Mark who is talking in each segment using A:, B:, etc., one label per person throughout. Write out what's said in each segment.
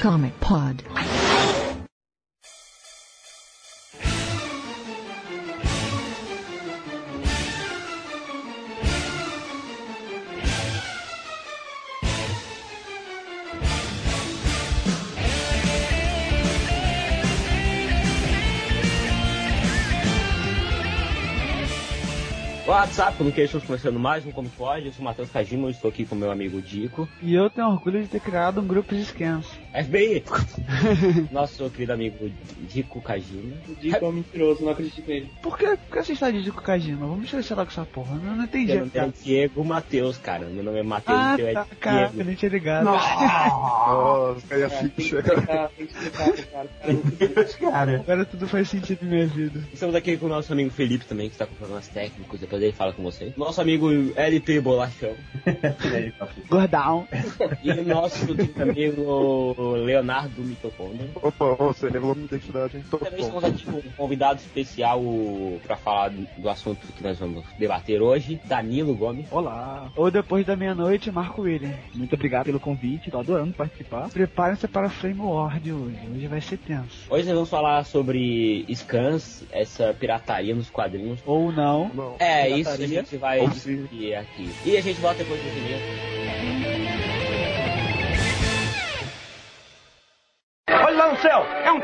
A: Comic Pod.
B: WhatsApp, no que estamos começando mais um Como Pode. Eu sou o Matheus Kajima, eu estou aqui com meu amigo Dico.
C: E eu tenho orgulho de ter criado um grupo de esquemas.
B: FBI! Nosso querido amigo Dico Kajima.
D: O Dico é um mentiroso, não acredito nele.
C: Por que, por que você está de Dico Kajima? Vamos deixar lá com essa porra. Eu não entendi.
B: Meu nome é
C: cara.
B: Diego Matheus, cara. Meu nome é Matheus,
C: tá. Ah,
B: teu é
C: tá, caraca,
B: Diego.
C: nem tinha ligado.
E: Nossa, aí a
D: Cara, É, tem que
E: ficha.
D: explicar, tem que explicar pro cara. O cara não entende.
C: Agora tudo faz sentido na minha vida.
B: Estamos aqui com o nosso amigo Felipe também, que está com problemas técnicos. Depois ele fala com você. Nosso amigo LP Bolachão.
E: tá
C: Gordão.
B: E o nosso querido amigo Leonardo Mitocondro.
E: Opa, ô, você revelou minha identidade, hein? Tô
B: Também estamos
E: bom.
B: aqui com um convidado especial para falar do assunto que nós vamos debater hoje, Danilo Gomes.
C: Olá. Ou depois da meia-noite, Marco William.
F: Muito obrigado pelo convite, tô adorando participar.
C: Preparem-se para o Frame War de hoje. Hoje vai ser tenso.
B: Hoje nós vamos falar sobre scans, essa pirataria nos quadrinhos.
C: Ou não.
E: Não.
B: É,
D: Pirataria.
B: isso a gente vai
E: Ou sim.
B: discutir aqui. E a gente volta depois do e
F: é um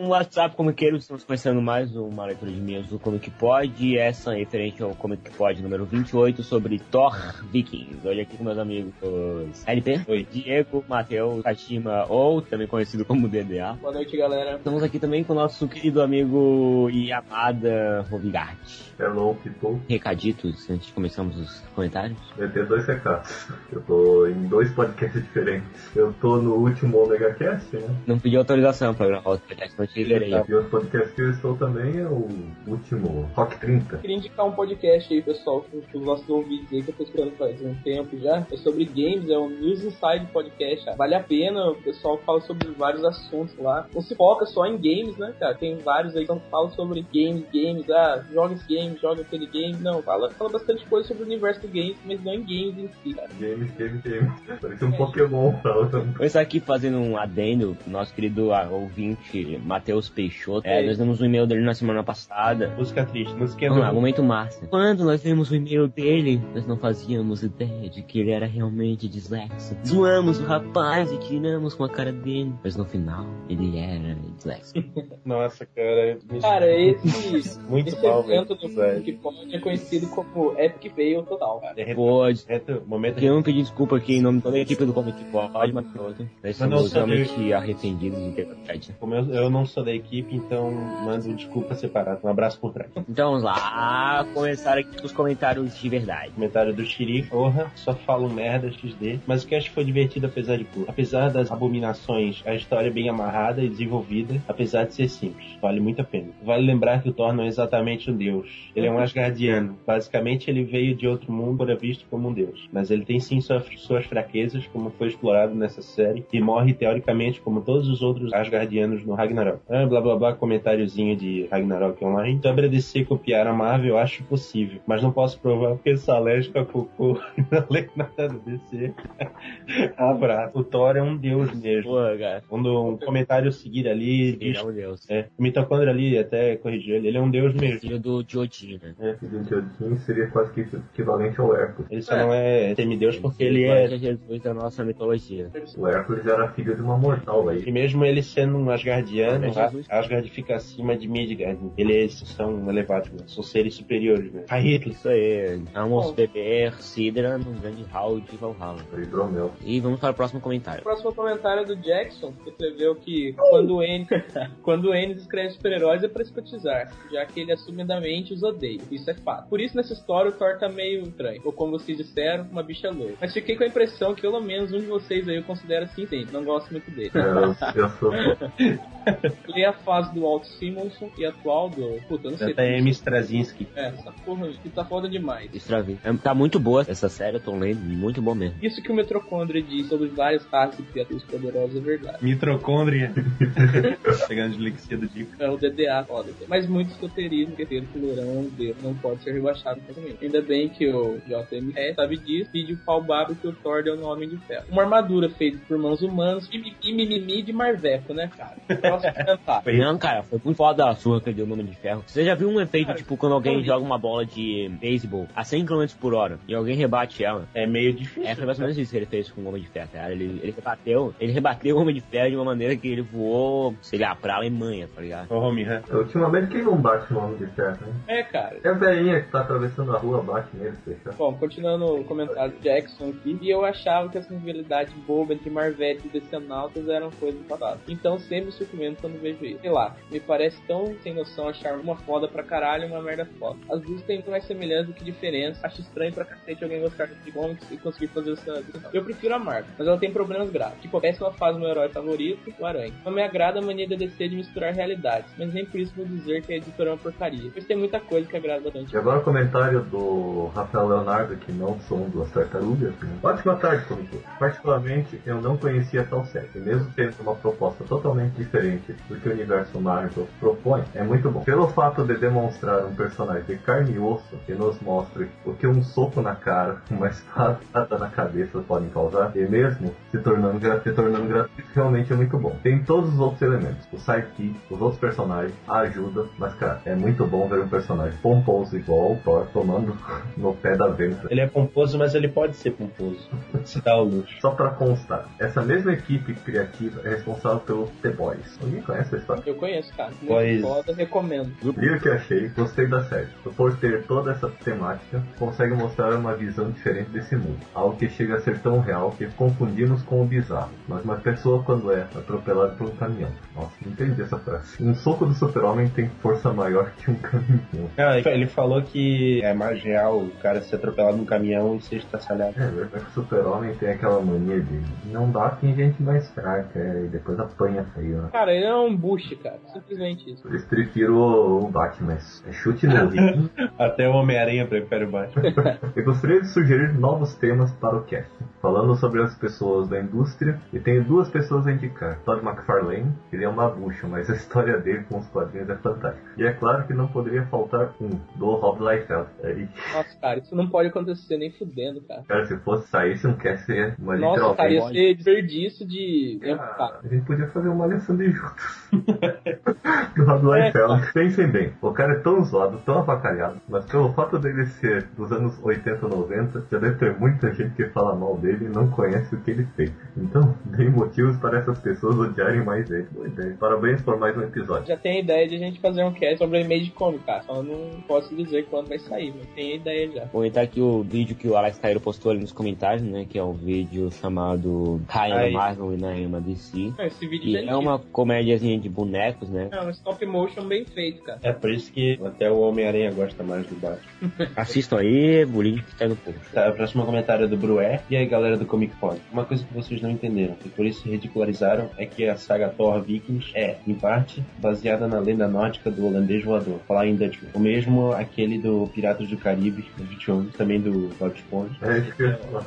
B: Um WhatsApp comiqueiro, estamos começando mais uma leitura de e-mails do Comic Pod, e essa é referente ao Comic Pod número 28 sobre Thor Vikings. Hoje aqui com meus amigos os LP, Oi. Diego, Matheus, Kashima, ou também conhecido como DDA.
D: Boa noite, galera.
B: Estamos aqui também com o nosso querido amigo e amada Rovigard.
G: Hello, people.
B: Recaditos antes de começarmos os comentários.
G: Eu tenho dois recados. Eu tô em dois podcasts diferentes. Eu tô no último Omega Cast, né?
B: Não pedi autorização para gravar o podcast, não te liberei.
F: é
G: E outro podcast que eu estou também é o último Rock 30.
D: Queria indicar um podcast aí, pessoal, que que os nossos ouvintes aí, que eu tô esperando faz um tempo já. É sobre games, é o News Inside Podcast. cara. Vale a pena, o pessoal fala sobre vários assuntos lá. Não se foca só em games, né, cara? Tem vários aí que não falam sobre games, games, ah, joga esse game, joga aquele game. Não, fala, fala bastante coisa sobre o universo do games, mas não em games em si, cara.
G: Games, games, games. Parece um Pokémon falando.
B: Vou estar aqui fazendo um adendo pro nosso querido ah, ouvinte Matheus Peixoto. É,
D: Ei.
B: nós demos um e-mail dele na semana passada.
F: Música triste, música
B: Vamos lá, momento massa. Quando nós vimos o e-mail dele, nós não fazíamos ideia de que ele era realmente dislexo. Zoamos o rapaz e tiramos com a cara dele. Mas no final, ele era dislexo.
F: Nossa, cara. me-
D: Cara, esse,
F: Muito
D: esse
F: mal,
D: evento do
F: velho.
D: que pode é conhecido como Epic Fail Total, cara.
F: É,
B: Pode.
F: reto, momento
B: Queremos pedir desculpa aqui em nome de toda a equipe do Comic Pod, mas nós
F: Mandou
B: somos
F: um salve.
B: realmente arrependidos de ter feito.
F: Como eu, eu não sou da equipe, então mando desculpa separado. Um abraço por trás.
B: Então vamos lá, começar aqui com os comentários de verdade.
F: Comentário do Xiri, porra, só falam merda XD. Mas o que acho que foi divertido apesar de tudo. Apesar das abominações, a história é bem amarrada e desenvolvida, apesar de ser simples. Vale muito a pena. Vale lembrar que o Thor não é exatamente um deus. Ele é
B: Uhum.
F: um Asgardiano. Basicamente, ele veio de outro mundo, era visto como um deus. Mas ele tem sim suas, suas fraquezas, como foi explorado nessa série, e morre teoricamente como todos os outros Asgardianos no Ragnarok. Ah, blá blá blá, comentáriozinho de Ragnarok online. Então agradecer e copiar a Marvel, eu acho possível. Mas não posso provar porque sou alérgico a cocô e não leio nada do DC. Abraço. O Thor é um deus mesmo.
B: Pô, cara.
F: Quando um comentário seguir ali, diz,
B: Pelo Deus.
F: é, o mitocôndrio ali até corrigiu ele, ele é um deus mesmo.
B: Filho do né? Jodina.
G: Filho de Odin seria quase que equivalente ao Hércules.
F: Ele só não é semideus porque ele é
B: Jesus da nossa mitologia.
G: O Hércules era filho de uma mortal aí.
F: E mesmo ele sendo um Asgardiano,
B: É Jesus.
F: a- Asgard fica acima de Midgard. Eles são elevados, né? são seres superiores. Né? A Hitler.
B: Isso aí. tá Vamos
D: Bom.
B: beber Sidra num grande hall de Valhalla.
G: Hidromel.
B: E vamos para o próximo
D: O
B: comentário.
D: próximo comentário é do Jackson, que escreveu que quando o Ennis, quando o Ennis escreve super-heróis é pra escotizar, já que ele assumidamente os odeia. Isso é fato. Por isso, nessa história, o Thor tá meio estranho. Ou como vocês disseram, uma bicha louca. Mas fiquei com a impressão que pelo menos um de vocês aí eu considero assim, sim, não gosto muito dele.
G: É, Eu, eu sou.
D: foi a fase do Walt Simonson e atual do. Puta, eu não sei.
F: JM Strazinski.
D: É, essa porra que tá foda demais.
B: Stravinsky. É, Tá muito boa essa série, eu tô lendo, muito bom mesmo.
D: Isso que o Metrocôndria diz sobre várias raças e criaturas poderosas é verdade.
F: Mitocôndria. Pegando dislexia do Dico.
D: É o DDA, foda. Mas muito escoteirismo, guerreiro, florão, um dedo, não pode ser rebaixado no casamento. Ainda bem que o JMR sabe disso, pediu pau babo que o Thor deu no Homem de Ferro. Uma armadura feita por mãos humanas e, e mimimi de Marveco, né, cara? Posso
F: Tá.
D: cantar.
B: Não, cara, foi muito foda a surra que ele deu no Homem de Ferro. Você já viu um efeito, tipo, quando alguém
D: horrível.
B: joga uma bola de beisebol a 100 km por hora e alguém rebate ela?
F: É meio difícil.
B: É, foi mais ou menos isso que ele fez com o Homem de Ferro, cara. Ele, ele rebateu, ele rebateu o Homem de Ferro de uma maneira que ele voou, sei lá, pra Alemanha, tá ligado?
F: Ô, Romihan.
G: Então, Ultimamente, quem não bate no homem de ferro, né?
D: É, cara.
G: É a velhinha que tá atravessando a rua, bate nele, fechar.
D: Bom, continuando o comentário do Jackson aqui, e eu achava que essa rivalidade boba entre Marvete e Decenautas eram coisas passadas. Então sempre me surpreendo quando vejo isso. Sei lá, me parece tão sem noção achar uma foda pra caralho e uma merda foda. As duas têm muito mais semelhança do que diferença. Acho estranho pra cacete alguém gostar de comics e conseguir fazer o cenário. Eu prefiro a Marvel, mas ela tem problemas graves. Tipo, a péssima fase do meu herói favorito, o Aranha. Não me agrada a mania da DC de misturar realidades, mas nem por isso vou dizer que a editora é uma porcaria. Pois tem muita coisa que agrada bastante.
G: E agora o comentário do Rafael Leonardo, que não são duas tartarugas. né? Ótima tarde, comigo. Particularmente, eu não conhecia tão série. E mesmo tendo uma proposta totalmente diferente do que o universo Marvel propõe, é muito bom. Pelo fato de demonstrar um personagem de carne e osso que nos mostre o que um soco na cara, uma espada na cabeça podem causar, e mesmo se tornando, gra- se tornando gratuito, realmente é muito bom. Tem todos os outros elementos, o sidekick, os outros personagens, a ajuda, mas cara, é muito bom ver um personagem pomposo igual o Thor tomando no pé da venta.
F: Ele é pomposo, mas ele pode ser pomposo. Se dá o luxo.
G: Só pra constar, essa mesma equipe criativa é responsável pelo The Boys. Alguém conhece essa história?
D: Eu conheço, cara. Muito
F: Pois.
D: foda, recomendo.
G: Li o que achei, gostei da série. Por ter toda essa temática, consegue mostrar uma visão diferente desse mundo. Algo que chega a ser tão real que confundimos com o bizarro. Mas uma pessoa quando é atropelada por um caminhão. Nossa, não entendi essa frase. Um soco do super-homem tem força maior que um caminhão.
F: Ah, ele falou que é mais real o cara ser atropelado num caminhão e ser estraçalhado.
G: É, verdade que o super-homem tem aquela mania de não bate em gente mais fraca é, e depois apanha feio, né?
D: Cara, ele é um bush, cara. Simplesmente isso.
G: Eles prefiro o o Batman. É chute no rim.
F: Até o Homem-Aranha prefere o Batman.
G: Eu gostaria de sugerir novos temas para o cast, falando sobre as pessoas da indústria, e tenho duas pessoas a indicar. Todd McFarlane, ele é uma bucha, mas a história dele com os quadrinhos é fantástica. E é claro que não poderia faltar um, do Rob Liefeld. Aí,
D: Nossa, cara, isso não pode acontecer nem fudendo, cara.
G: cara, se fosse sair, se um cast seria uma
D: Nossa, cara, ia
G: literalmente...
D: ser desperdício de. tempo, cara.
G: Ah, a gente podia fazer uma lição de juntos. do Rob
D: É.
G: Liefeld. Pensem bem, o cara é tão zoado, tão avacalhado, mas pelo fato dele ser dos anos 80, 90, já deve ter muita gente que fala mal dele e não conhece o que ele fez. Então, tem motivos para essas pessoas odiarem mais ele. Boa ideia. Parabéns por mais um episódio.
D: Já tem a ideia de a gente fazer um cast sobre a Image Comic, cara. Só não posso dizer quando vai sair, mas tem a ideia já.
B: Comentar aqui o vídeo que o Alex Cairo postou ali nos comentários, né? Que é um vídeo chamado Rainha
F: Ai.
B: Marvel e Naima DC.
D: Não, esse vídeo
B: E
D: já
B: é uma comédiazinha de bonecos, né?
D: É um stop motion bem feito, cara.
F: É por isso que até o Homem-Aranha gosta mais do Batman.
B: Assistam aí, o link que tá no post.
F: Tá, o próximo comentário é do Brué. E aí, galera do Comic Con. Uma coisa que vocês não entenderam, e por isso se ridicularizaram, é que a saga Thor Vikings é, em parte, baseada na lenda nórdica do holandês voador, falar em Dutchman. O mesmo aquele do Piratas do Caribe, do 21, também do Bob Esponja.
G: É, isso que eu ia falar.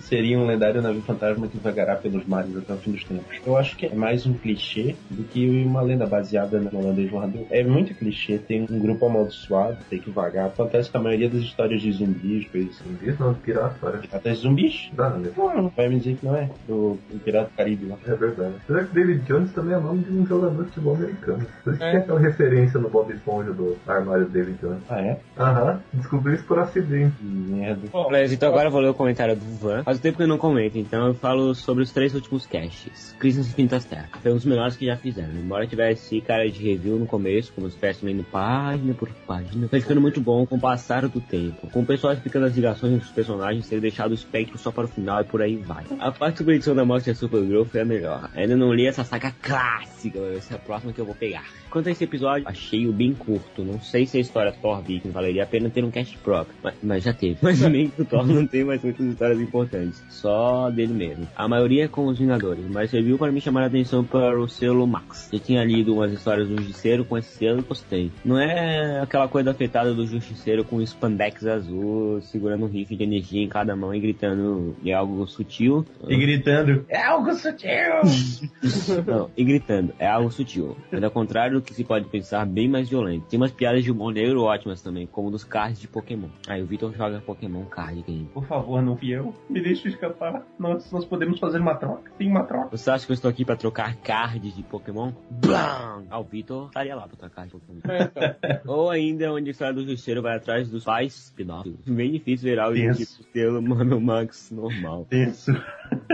F: seria um lendário navio fantasma que vagará pelos mares até o fim dos tempos. Eu acho que é mais um clichê do que uma lenda baseada no holandês voador. É muito clichê, tem um grupo amaldiçoado, tem que vagar. Acontece com a maioria das histórias de zumbis, coisas assim.
G: Não diz não, pirata, parece.
F: Até zumbis?
G: Dá, né?
F: Não, não vai me dizer que não é. Do, do Pirata do Caribe lá.
G: É verdade. Será que David Jones também é nome de um jogador de futebol americano? Por isso que
D: É.
G: tem aquela referência no Bob Esponja do armário do David Jones.
F: Ah, é?
G: Aham, descobri isso por acidente.
F: Que merda.
D: Bom,
B: Beleza, então agora eu vou ler o comentário do Van. Faz um tempo que eu não comento, então eu falo sobre os três últimos casts. Crise nas Quintas Terras. Foi um dos melhores que já fizeram. Embora tivesse cara de review no começo, como se estivesse lendo página por página, foi ficando muito bom com o passar do tempo. Com o pessoal explicando as ligações dos personagens, ter deixado o espectro só para o final e por aí vai. A parte sobre a edição da morte da Supergirl foi a melhor. Ainda não li essa saga clássica, mas essa é a próxima que eu vou pegar. Quanto a esse episódio, achei-o bem curto. Não sei se a história Thor Viking valeria a pena ter um cast próprio, mas, mas já teve. Mas nem que o Thor não tem mais muitas histórias importantes, só dele mesmo. A maioria é com os Vingadores, mas serviu para me chamar a atenção para o selo Marvel. Comics. Eu tinha lido umas histórias do Justiceiro com esse selo e gostei. Não é aquela coisa afetada do Justiceiro com spandex azul, segurando um rifle de energia em cada mão e gritando é algo sutil.
F: E gritando, é algo sutil!
B: Não, e gritando, é algo sutil. Mas ao contrário do que se pode pensar, bem mais violento. Tem umas piadas de humor negro ótimas também, como dos cards de Pokémon. Aí o Vitor joga Pokémon Card Game.
F: Por favor, não fui eu. Me deixe escapar. Nós, nós podemos fazer uma troca. Tem uma troca.
B: Você acha que eu estou aqui pra trocar cards de Pokémon? Blam! Ah, o Vitor estaria lá pra trocar de Pokémon.
F: É.
B: Ou ainda onde a história do Justiceiro vai atrás dos pais pedófilos. Bem difícil virar o
F: Tenso.
B: tipo selo Mano Max normal.
F: Tenso.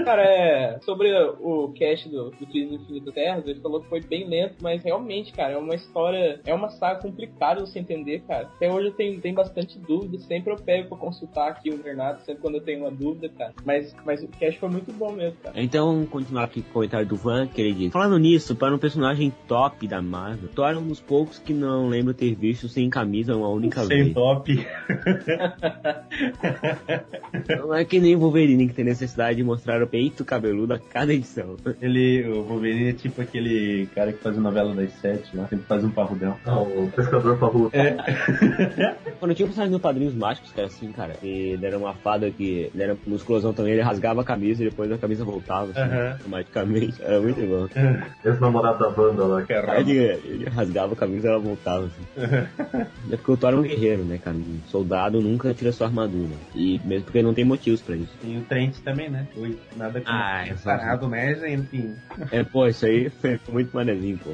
D: Cara, é. Sobre o cast do, do Crise do Infinito Terras, ele falou que foi bem lento, mas realmente, cara, é uma história. É uma saga complicada de você entender, cara. Até hoje eu tenho, tenho bastante dúvida, sempre eu pego pra consultar aqui o Renato, sempre quando eu tenho uma dúvida, cara. Mas, mas o cast foi muito bom mesmo, cara.
B: Então, continuar aqui com o comentário do Van, que ele diz: Falando nisso, para um personagem top da Marvel, Thor é um dos poucos que não lembro ter visto sem camisa uma única
F: Sem
B: vez.
F: top.
B: Não é que nem Wolverine que tem necessidade de mostrar o peito cabeludo a cada edição.
F: Ele, o Wolverine é tipo aquele cara que faz a novela das sete lá, sempre faz um parrudão.
G: Ah, o pescador parrudo.
F: É.
B: Quando eu tinha um personagem no Padrinhos Mágicos, que era assim, cara, que deram uma fada que ele era musculosão também, ele rasgava a camisa e depois a camisa voltava, assim,
F: Aham.
B: automaticamente. Era muito bom.
G: Ex-namorado É. da Wanda lá. é
F: Que
B: Aí
F: raiva.
B: ele, ele rasgava a camisa e ela voltava, assim. É porque o Thor é um guerreiro, né, cara? Um soldado nunca tira sua armadura. E mesmo porque não tem motivos pra isso.
F: E o Trent também, né? Oi, nada com
B: Ah, é
F: parado, né, gente?
B: É, pô, isso aí foi muito manezinho, pô.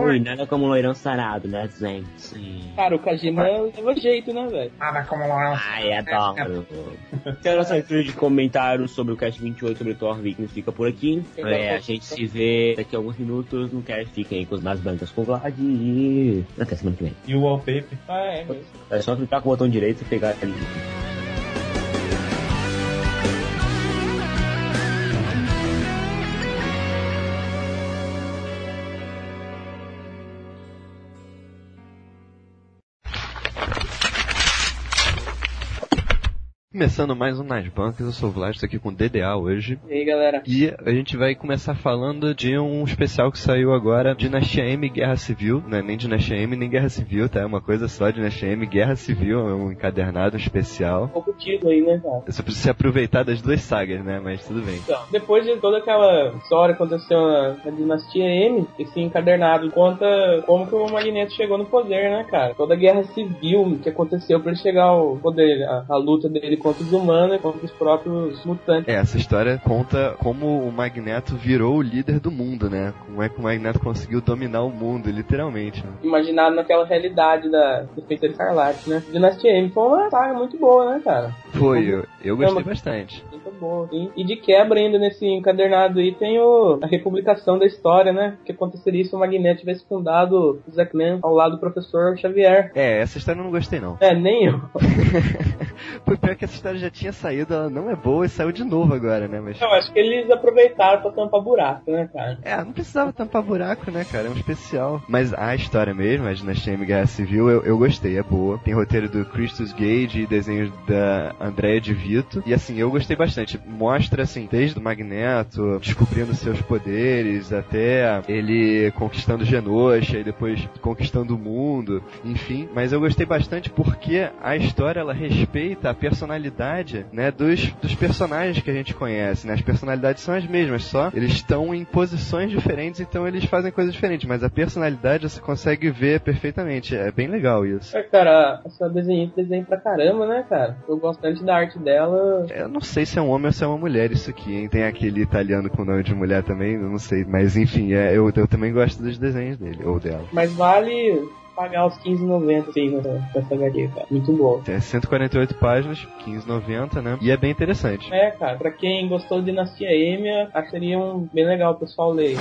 B: Oi, nada como um loirão sarado, né, Zen? Sim.
D: Cara, o Kajima leva jeito, né, velho?
F: Nada como lá.
B: Ai,
D: É,
B: adoro.
D: um
B: Então, nossa leitura de comentários sobre o Cast 28 sobre Thor Vikings fica por aqui. É, a gente se vê daqui a alguns minutos no Cast. Fiquem aí com os nas bancas com o Vlad e até semana que vem.
F: E o wallpaper.
D: Ah, é mesmo.
B: É só clicar com o botão direito e pegar ali.
A: Começando mais um Nas Bancas, eu sou o Vlad, estou aqui com o DDA hoje.
D: E aí, galera?
A: E a gente vai começar falando de um especial que saiu agora, Dinastia M Guerra Civil. Não é nem Dinastia M nem Guerra Civil, tá? É uma coisa só, Dinastia M Guerra Civil, é um encadernado especial.
D: Pouco título aí, né, cara?
A: Eu só preciso se aproveitar das duas sagas, né? Mas tudo bem.
D: Então, depois de toda aquela história que aconteceu na, na dinastia M, esse encadernado conta como que o Magneto chegou no poder, né, cara? Toda a guerra civil que aconteceu pra ele chegar ao poder, a, a luta dele contra os humanos e contra os próprios mutantes.
A: É, essa história conta como o Magneto virou o líder do mundo, né? Como é que o Magneto conseguiu dominar o mundo, literalmente. Né?
D: Imaginado naquela realidade da defesa de Escarlate, né? Dinastia M foi uma saga muito boa, né, cara?
A: Foi, eu, eu gostei
D: mas-
A: bastante.
D: Muito boa. E, e de quebra ainda nesse encadernado aí tem o, a republicação da história, né? O que aconteceria se o Magneto tivesse fundado o Zackman ao lado do professor Xavier.
A: É, essa história eu não gostei não.
D: É, nem eu.
A: Foi pior que essa história já tinha saído, ela não é boa e saiu de novo agora, né? Mas.
D: Eu acho que eles aproveitaram pra tampar buraco, né, cara?
A: É, não precisava tampar buraco, né, cara? É um especial. Mas a história mesmo, a Dinastia M Guerra Civil, eu, eu gostei, é boa. Tem roteiro do Christus Gage e desenhos da Andrea de Vito. E assim, eu gostei bastante. Mostra, assim, desde o Magneto, descobrindo seus poderes, até ele conquistando Genosha e depois conquistando o mundo, enfim. Mas eu gostei bastante porque a história, ela respeita a personalidade, né, dos, dos personagens que a gente conhece, né? As personalidades são as mesmas, só eles estão em posições diferentes, então eles fazem coisas diferentes, mas a personalidade você consegue ver perfeitamente. É bem legal isso.
D: É, cara, essa desenhista desenha pra caramba, né, cara? Eu gosto tanto da arte dela.
A: Eu não sei se é um homem ou se é uma mulher isso aqui, hein? Tem aquele italiano com nome de mulher também, eu não sei. Mas enfim, é, eu, eu também gosto dos desenhos dele, ou dela.
D: Mas vale pagar os 15,90 assim nessa, nessa HQ, cara. Muito boa.
A: É 148 páginas, 15,90, né? E é bem interessante.
D: É, cara, pra quem gostou de Dinastia M, eu acharia um bem legal o pessoal ler.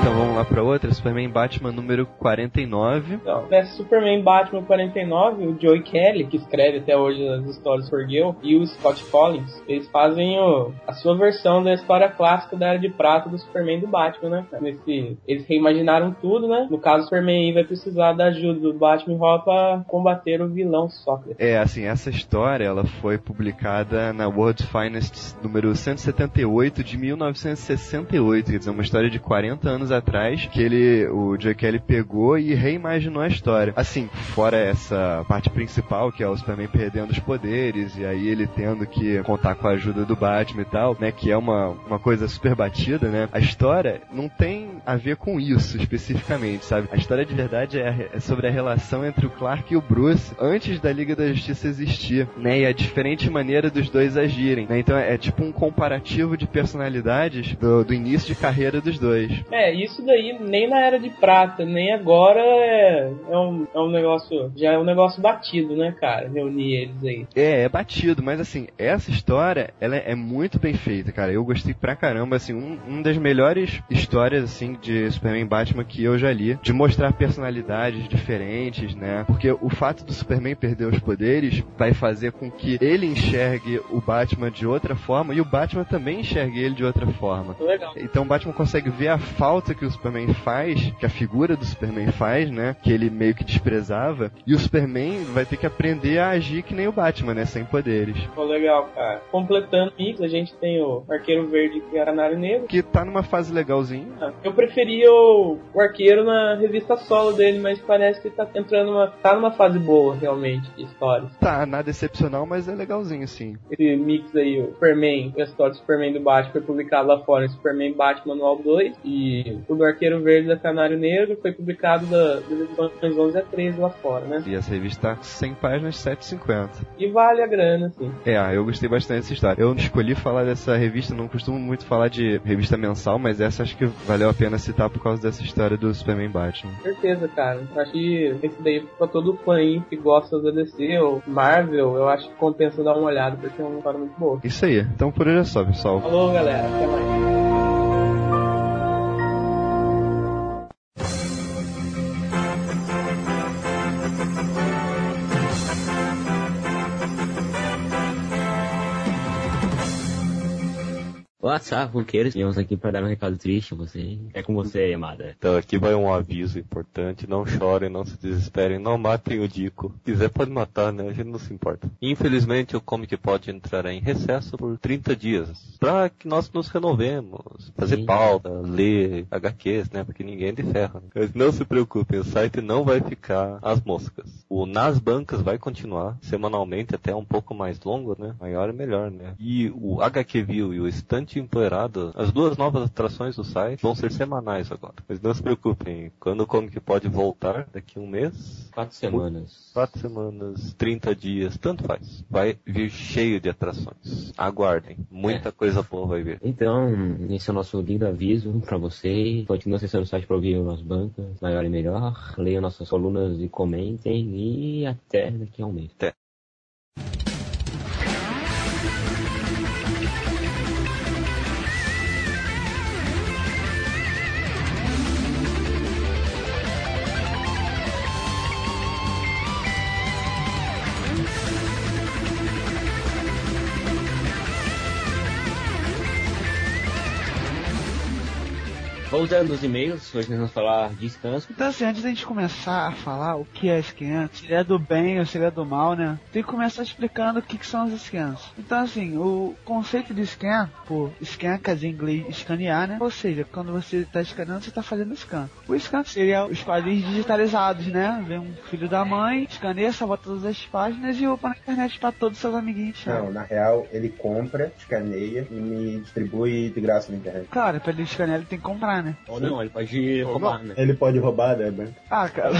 A: Então vamos lá uma pra outra, Superman e Batman número 49.
D: Então, né, Superman Batman 49, o Joey Kelly, que escreve até hoje as histórias por Gale, e o Scott Collins, eles fazem o- a sua versão da história clássica da Era de Prata do Superman e do Batman, né? cara? Nesse, eles reimaginaram tudo, né? No caso, o Superman vai precisar da ajuda do Batman e Robin pra combater o vilão Sócrates.
A: É, assim, essa história ela foi publicada na World Finest número 178 de 1968, quer dizer, uma história de 40 anos atrás, que ele, o Joe Kelly pegou e reimaginou a história. Assim, fora essa parte principal, que é o Superman perdendo os poderes, e aí ele tendo que contar com a ajuda do Batman e tal, né, que é uma, uma coisa super batida, né, a história não tem a ver com isso especificamente, sabe? A história de verdade é, a re- é sobre a relação entre o Clark e o Bruce antes da Liga da Justiça existir, né, e a diferente maneira dos dois agirem, né, então é tipo um comparativo de personalidades do, do início de carreira dos dois.
D: É, isso daí nem na Era de Prata, nem agora é, é, um, é um negócio. Já é um negócio batido, né, cara? Reunir eles aí.
A: É, é batido, mas assim, essa história, ela é muito bem feita, cara. Eu gostei pra caramba, assim, um, uma das melhores histórias, assim, de Superman e Batman que eu já li, de mostrar personalidades diferentes, né? Porque o fato do Superman perder os poderes vai fazer com que ele enxergue o Batman de outra forma e o Batman também enxergue ele de outra forma.
D: Legal.
A: Então o Batman consegue ver a falta que o Superman faz, que a figura do Superman faz, né? Que ele meio que desprezava. E o Superman vai ter que aprender a agir que nem o Batman, né? Sem poderes.
D: Pô, legal, cara. Completando isso, a gente tem o Arqueiro Verde e Aranário Negro.
A: Que tá numa fase legalzinha.
D: Ah, Eu preferia o, o Arqueiro na revista solo dele, mas parece que tá entrando uma. tá numa fase boa realmente de histórias.
A: Tá, nada excepcional, mas é legalzinho sim.
D: Esse mix aí, o Superman, a história do Superman do Batman foi publicado lá fora, Superman Batman Manual 2 e o do Arqueiro Verde da Canário Negro foi publicado da, das edições 11 a 13 lá fora, né?
A: E essa revista tá 100 páginas, 750.
D: E vale a grana, assim.
A: É, eu gostei bastante dessa história. Eu escolhi falar dessa revista, não costumo muito falar de revista mensal, mas essa acho que valeu a pena citar por causa dessa história do Superman e Batman.
D: Certeza, cara. Acho que esse daí pra todo fã aí que gosta da DC ou Marvel, eu acho que compensa dar uma olhada, porque é uma história muito boa.
A: Isso aí. Então por hoje é só, pessoal.
D: Falou, galera. Até mais.
B: What's up, funkeiros? Viemos aqui pra dar um recado triste a vocês. É com você, Yamada.
H: Então aqui vai um aviso importante, não chorem, não se desesperem, não matem o Dico. Se quiser pode matar, né? A gente não se importa. Infelizmente o Comic Pod entrará em recesso por 30 dias. Pra que nós nos renovemos, fazer
B: Sim.
H: pauta, ler HQs, né? Porque ninguém é de ferro. Mas não se preocupem, o site não vai ficar às moscas. O Nas Bancas vai continuar semanalmente, até um pouco mais longo, né? Maior é melhor, né? E o HQ View e o Estante Empoeirado, as duas novas atrações do site vão ser semanais agora. Mas não se preocupem, quando o Comic Pod voltar, daqui a um mês,
B: Quatro semanas.
H: quatro semanas, 30 dias, tanto faz. Vai vir cheio de atrações. Aguardem, muita
B: É.
H: coisa boa vai vir.
B: Então, esse é o nosso lindo aviso pra vocês. Continua acessando o site pra ouvir o nosso banco, maior e melhor. Leiam nossas colunas e comentem. E até daqui a um mês. Voltando aos e-mails, hoje nós vamos falar de descanso.
C: Então assim, antes da gente começar a falar o que é esquenta, se ele é do bem ou se ele é do mal, né? Tem que começar explicando o que, que são os scans. Então assim, o conceito de scan, por scan quer dizer em inglês escanear, né? Ou seja, quando você está escaneando, você está fazendo scan. O scan seria os quadrinhos digitalizados, né? Vem um filho da mãe, escaneia, salva todas as páginas e upa na internet para todos os seus amiguinhos. né?
I: Não, na real, ele compra, escaneia e me distribui de graça na internet.
C: Claro, para ele escanear ele tem que comprar, né?
B: Ou não, ele pode roubar, né?
I: Ele pode roubar, né, mano?
C: Ah, cara,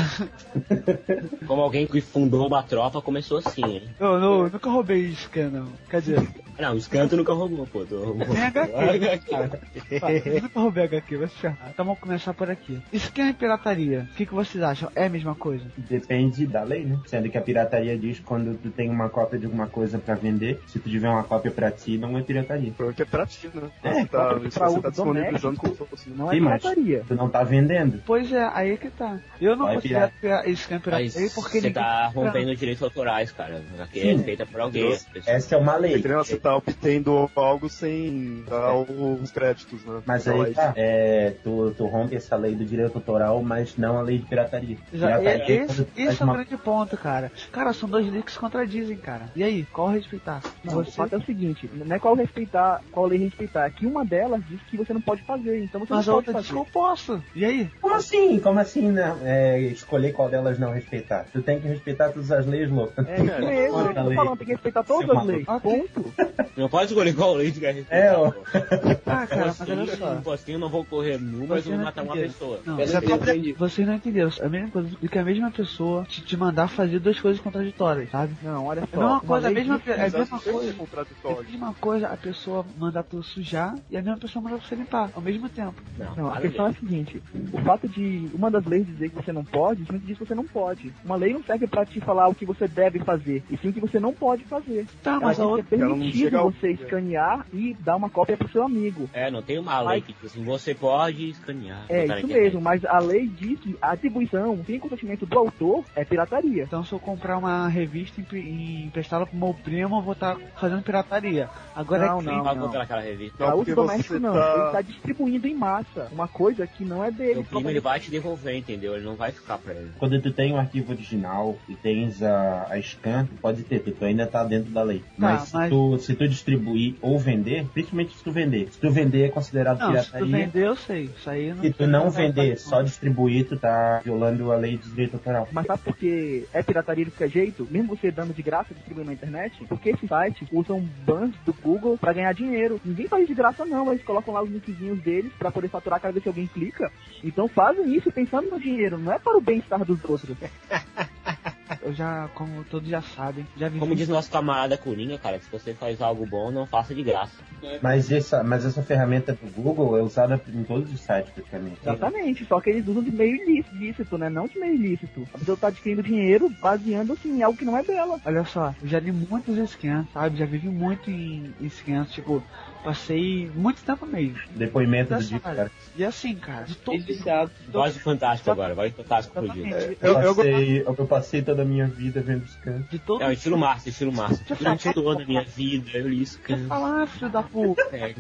B: Como alguém que fundou uma tropa começou assim, hein?
C: eu, não, nunca roubei scan, não. Quer dizer,
B: Não, o Scan tu nunca roubou, pô. Tu roubou.
C: Tem HQ.
B: HQ.
C: Fala, Nunca roubei HQ, vai se ferrar. Então vamos começar por aqui. Scan e pirataria. O que, que vocês acham? É a mesma coisa?
I: Depende da lei, né? Sendo que a pirataria diz que quando tu tem uma cópia de alguma coisa pra vender, se tu tiver uma cópia pra ti, não é pirataria.
E: Porque é pra ti, né?
I: É,
E: Você tá,
I: pra-
E: isso
I: pra
E: você
I: uso
E: tá disponibilizando como se fosse.
C: Não é
I: Sim, mas-
C: pirataria.
I: Tu não tá vendendo.
C: Pois é, aí é que tá. Eu não
I: Vai
C: considero pira- Scan
B: Mas
C: pirataria porque
B: você
C: ninguém-
B: tá rompendo direitos autorais, cara. A HQ é
I: Sim.
B: feita por alguém.
I: Deus.
B: as pessoas-
I: Essa é uma lei. É.
E: Entendeu? Você tá obtendo algo sem dar os créditos, né?
I: Mas
E: Então,
I: aí tá, é, tu, tu rompe essa lei do direito autoral, mas não a lei de pirataria.
C: Já, é,
I: pirataria
C: esse,
I: quando tu faz
C: esse é um
I: uma-
C: grande ponto, cara. Cara, são dois leaks que se contradizem, cara. E aí, qual respeitar?
J: Não, o
C: Você-
J: fato é o seguinte, não é qual respeitar, qual lei respeitar, é que uma delas diz que você não pode fazer, então você
C: Mas a
J: não pode
C: outra
J: fazer.
C: diz que eu posso. E aí?
I: Como assim? Como assim né? É, escolher qual delas não respeitar? Tu tem que respeitar todas as leis, louco.
J: É, isso mesmo,
I: Olha
J: eu
I: a
J: tô
I: lei.
J: falando, tem que respeitar
I: Seu
J: todas as
I: maluco.
J: leis.
C: Ok.
J: Ponto.
B: Não pode escolher qual lei tu quer respeitar.
I: É, ó.
B: tá, pô.
C: Ah, cara, mas
B: Focinho,
C: olha só.
B: um focinho, não vou correr nu, mas eu
C: Você
B: vou
C: não
B: matar uma
C: entendeu.
B: pessoa.
C: Não,
D: Pera
C: você
D: aí,
C: tá-
D: eu entendi.
C: vocês não entenderam. É a mesma coisa do que a mesma pessoa te, te mandar fazer duas coisas contraditórias, sabe?
J: Não, olha só.
C: É a mesma
J: uma
C: coisa, a
J: lei
C: mesma,
J: diz
C: é a mesma
E: isso é
C: coisa. É a
E: contraditório.
C: mesma coisa a pessoa mandar tu sujar e a mesma pessoa mandar você limpar ao mesmo tempo.
J: Não, a
B: para
J: questão é
B: de-
J: a seguinte: o fato de uma das leis dizer que você não pode, simplesmente diz que você não pode. Uma lei não serve pra te falar o que você deve fazer, e sim o que você não pode fazer.
C: Tá,
J: Ela
C: mas
J: diz que
C: a
J: é
C: outra.
E: ela não
J: permitido
E: chega ao- é.
J: você escanear e dar uma cópia pro seu amigo.
B: É, não tem uma lei que diz assim, você pode escanear.
J: É
B: botar na
J: isso
B: internet.
J: mesmo, mas a lei diz que a atribuição sem consentimento do autor é pirataria.
C: Então, se eu comprar uma revista e empre- e emprestá-la pro meu primo, eu vou estar fazendo pirataria. Agora
J: Não,
C: é
J: não,
B: Não
C: crime.
B: pagou pelaquela revista.
E: Não,
J: Pra
E: porque
J: uso doméstico
E: você
J: não,
E: tá-
J: ele tá distribuindo em massa uma coisa que não é dele.
B: Seu primo ele vai te devolver, entendeu? Ele não vai ficar pra ele.
I: Quando tu tem o arquivo original e tens a, a scan, tu pode ter, tu ainda tá dentro da lei. mas, se,
C: mas-
I: Tu, se tu distribuir ou vender, principalmente se tu vender, se tu vender é considerado
C: Não, se tu
I: pirataria.
C: vender, eu sei. tá Isso aí não
I: Se tu não vender, só distribuir, tu tá violando a lei de direito autoral.
J: Mas sabe por que é pirataria de qualquer jeito? Mesmo você dando de graça, distribuindo na internet? Porque esses sites usam bans do Google pra ganhar dinheiro. Ninguém faz de graça não, eles colocam lá os linkzinhos deles pra poder faturar cada vez que alguém clica. Então fazem isso pensando no dinheiro, não é para o bem-estar dos outros.
C: Eu já, Ah, como todos já sabem, já vi.
B: Como diz nosso camarada Coringa, cara, se você faz algo bom, não faça de graça.
I: Mas essa, mas essa ferramenta do Google é usada em todos os sites, praticamente.
J: Exatamente, só que eles usam de meio ilí- ilícito, né? Não de meio ilícito. A pessoa tá adquirindo dinheiro baseando-se em algo que não é dela.
C: Olha só, eu já li muitos scans, sabe? Já vivi muito em, em scans, tipo, passei muito tempo mesmo.
I: Depoimento do
C: Dessa
I: dia,
C: área.
I: É cara.
C: E assim, cara, de todo
D: Eles viciados.
B: Voz de fantástico agora, voz de fantástico fugindo.
C: Exatamente.
I: É, Eu,
E: Eu- eu-
I: passei, eu passei toda a minha vida vendo scan.
C: De todo
B: É o estilo Márcio, estilo Márcio.
C: Deixa eu
B: Durante
C: falar.
B: toda a minha vida, eu li isso,
C: Quer
B: cara.
C: falar, filho da puta.
B: É.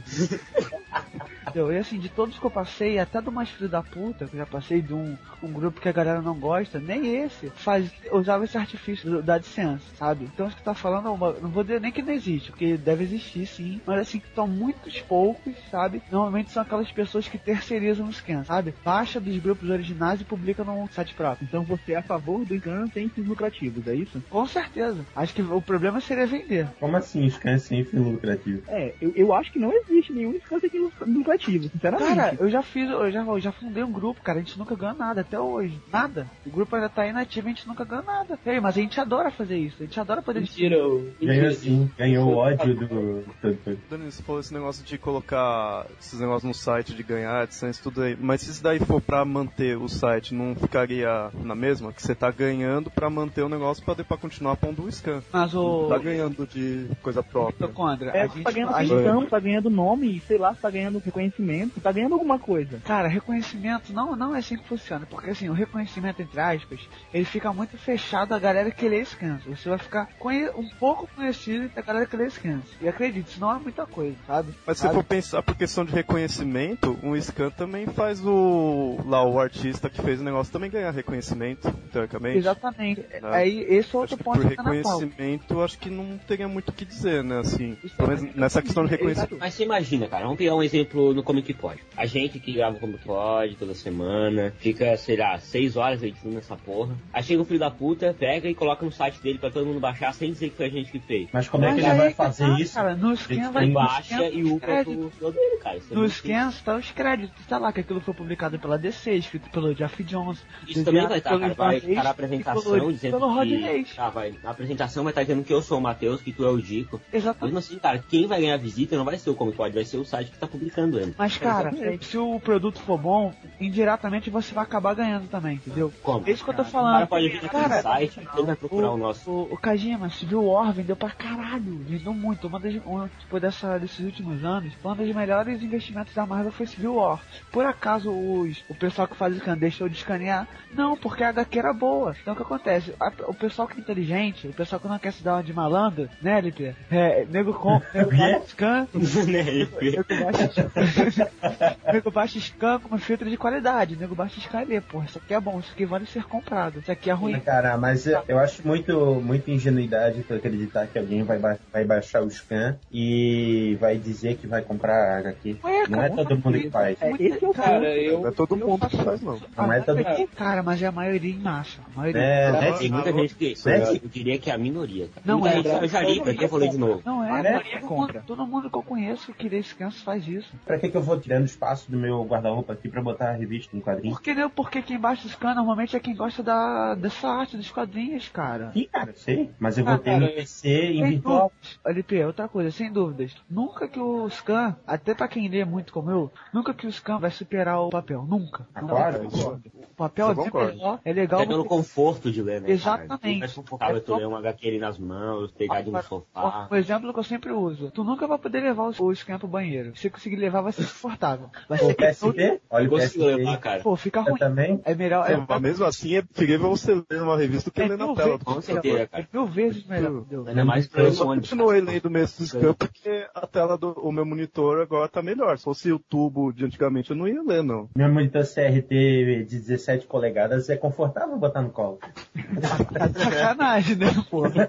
C: Entendeu? E assim, de todos que eu passei, até do mais filho da puta, que eu já passei de um, um grupo que a galera não gosta, nem esse faz, usava esse artifício do- da licença, sabe? Então isso que tá falando, é uma- não vou dizer nem que não existe, porque deve existir sim, mas assim, que são muitos poucos, sabe? Normalmente são aquelas pessoas que terceirizam o scan, sabe? Baixa dos grupos originais e publica num site próprio.
J: Então você é a favor do engano sem fins lucrativos, é isso?
C: Com certeza. Acho que o problema seria vender.
I: Como assim, scan sem fim lucrativo?
J: É, eu, eu acho que não existe nenhum descanso aqui lucrativo, sinceramente.
C: Cara, eu já fiz, eu já, eu já fundei um grupo, cara, a gente nunca ganhou nada até hoje. Nada. O grupo ainda tá inativo, a gente nunca ganhou nada. Ei, mas a gente adora fazer isso, a gente adora poder
D: Mentira, o-
I: Ganhou
D: mentira.
I: sim, ganhou o ódio do. do- do-
E: Tá Dani, você falou esse negócio de colocar esses negócios no site, de ganhar AdSense, tudo aí. Mas se isso daí for pra manter o site, não ficaria na mesma? Que você tá ganhando pra manter o negócio pra, pra continuar pondo o scan.
C: Mas o.
E: Tá ganhando de coisa própria.
C: Condra,
J: É,
C: a
J: você
C: gente,
J: tá ganhando
C: a gente-
J: atenção, tá ganhando nome, sei lá, tá ganhando reconhecimento, tá ganhando alguma coisa.
C: Cara, reconhecimento não, não é assim que funciona. Porque assim, o reconhecimento, entre aspas, ele fica muito fechado à galera que lê scans. Você vai ficar conhe- um pouco conhecido da galera que lê scans. E acredite, isso não é muita coisa, sabe?
E: Mas se
C: Sabe?
E: for pensar por questão de reconhecimento, um scan também faz o. lá o artista que fez o negócio também ganhar reconhecimento, teoricamente.
C: Exatamente.
E: Né?
C: Aí esse é
E: Acho
C: outro
E: que
C: ponto
E: por
C: que tá na pauta.
E: reconhecimento, acho que não teria muito o que dizer, né? Assim,
C: Isso é
E: pelo menos nessa questão de reconhecimento.
B: Mas você imagina, cara, vamos pegar um exemplo no, no Comic Pod. A gente que grava o Comic Pod toda semana, fica, sei lá, seis horas editando essa porra. Aí chega o filho da puta, pega e coloca no site dele pra todo mundo baixar sem dizer que foi a gente que fez.
I: Mas como é
C: Mas
I: que ele
C: aí
I: vai
C: que
I: fazer
C: tá,
I: isso?
C: Cara, no esquema vai
I: Ele
B: Baixa e
C: os
B: upa
C: créditos.
B: pro pro dele, cara. Isso é
C: No
B: muito
C: Scans tá os créditos, tá lá que aquilo foi publicado pela DC, escrito pelo Jeff Jones.
B: Isso também vai estar,
C: desenhado
B: cara.
C: pelo
B: Vai
C: Ivan Reis
B: estar a
C: e colorido
B: apresentação dizendo
C: pelo Rod
B: que...
C: Reis.
B: Ah, vai. A apresentação vai estar dizendo que eu sou o Matheus, que tu é o Dico.
C: Exatamente.
B: Mesmo assim, cara, quem vai ganhar visita não vai ser o Comic Pod, vai ser o site que tá publicando ele.
C: Mas, cara,
B: Exatamente.
C: se o produto for bom, indiretamente você vai acabar ganhando também, entendeu?
B: Como?
C: É isso que eu tô
B: O cara
C: falando.
B: pode vir aqui no
C: Cara,
B: site, ele vai procurar o nosso.
C: o, o Kajima, Civil War vendeu pra caralho, vendeu muito. Uma das, uma, depois dessa, desses últimos anos, um dos melhores investimentos da Marvel foi Civil War. Por acaso os, o pessoal que faz scan deixou de escanear? Não, porque a HQ era boa. Então o que acontece? A- o pessoal que é inteligente, o pessoal que não quer se dar uma de malandro, né, LP? É, nego com, nego faz scan,
B: Né, LP?
C: nego baixa, nego baixa scan com um filtro de qualidade. Nego baixa scan e lê, porra, isso aqui é bom, isso aqui vale ser comprado, isso aqui é ruim.
I: Cara, mas eu, eu acho muito, muita ingenuidade tu acreditar que alguém vai, ba- vai baixar o scan e vai dizer que vai comprar a HQ.
C: Ué,
I: Não é
C: cara,
I: todo mundo que faz.
J: É, esse é o
C: Cara,
J: cara.
D: Cara, eu.
E: Não é todo
C: eu
E: mundo que
C: faço
E: faz, não.
I: Não é todo
C: Cara, Cara, mas é a maioria em massa. A maioria.
I: É,
E: Cara,
I: né?
B: Tem muita
E: Alô?
B: gente que.
I: Né?
B: Eu diria que é a minoria, cara.
C: Não
B: Muita
C: é.
B: gente- Eu já li, eu já falei de novo.
C: Não é,
I: Mas
C: cara,
I: é
C: todo,
I: compra.
C: mundo, todo mundo que eu conheço que lê crianças faz isso.
I: Pra que, que eu vou tirando espaço do meu guarda-roupa aqui pra botar a revista no quadrinho?
C: Porque, né, porque quem baixa o scan normalmente é quem gosta da, dessa arte dos quadrinhos, cara.
I: Ih, cara, eu sei. Mas eu vou
C: Ah,
I: ter no PC em
C: Sem
I: virtual.
C: dúvidas. LP, outra coisa, sem dúvidas. Nunca que o scan, até pra quem lê muito como eu, nunca que o scan vai superar o papel. Nunca.
I: Ah,
C: Não
I: claro,
C: vai.
I: isso.
C: O papel é
E: Isso eu
C: bem
E: concordo.
C: melhor, é
B: Até
C: legal.
B: pelo conforto de ler, né?
C: Exatamente.
B: Cara? É mais confortável tu ler um HQ ali nas mãos, pegar de um
C: Agora,
B: sofá.
C: Um exemplo que eu sempre uso. Tu nunca vai poder levar o, o scan pro banheiro. Se você conseguir levar, vai ser confortável. Vai
I: O
C: ser que
I: PSP? Olha
B: Eu
I: o
B: consigo
I: PSP.
B: levar, cara.
C: é Pô, fica
I: Eu
C: ruim.
I: também.
C: É melhor. É,
E: Mas mesmo assim é preferível você ler uma revista do que
C: é
E: ler na
C: mil
E: tela.
C: vezes
B: com
C: melhor.
B: certeza, cara.
C: É mil vezes melhor. entendeu?
B: Ainda mais pra
E: Eu
B: esse
E: só
B: ônibus.
E: continuei lendo o mesmo scan porque a tela do o meu monitor agora tá melhor. Se fosse o tubo de antigamente, eu não ia ler, não.
I: Meu monitor CRT de 17 polegadas é confortável botar no colo.
C: Tá de sacanagem, né, pô? Porra,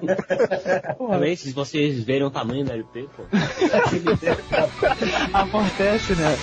B: Também, se vocês verem o tamanho da LP, pô.
C: amortece, né?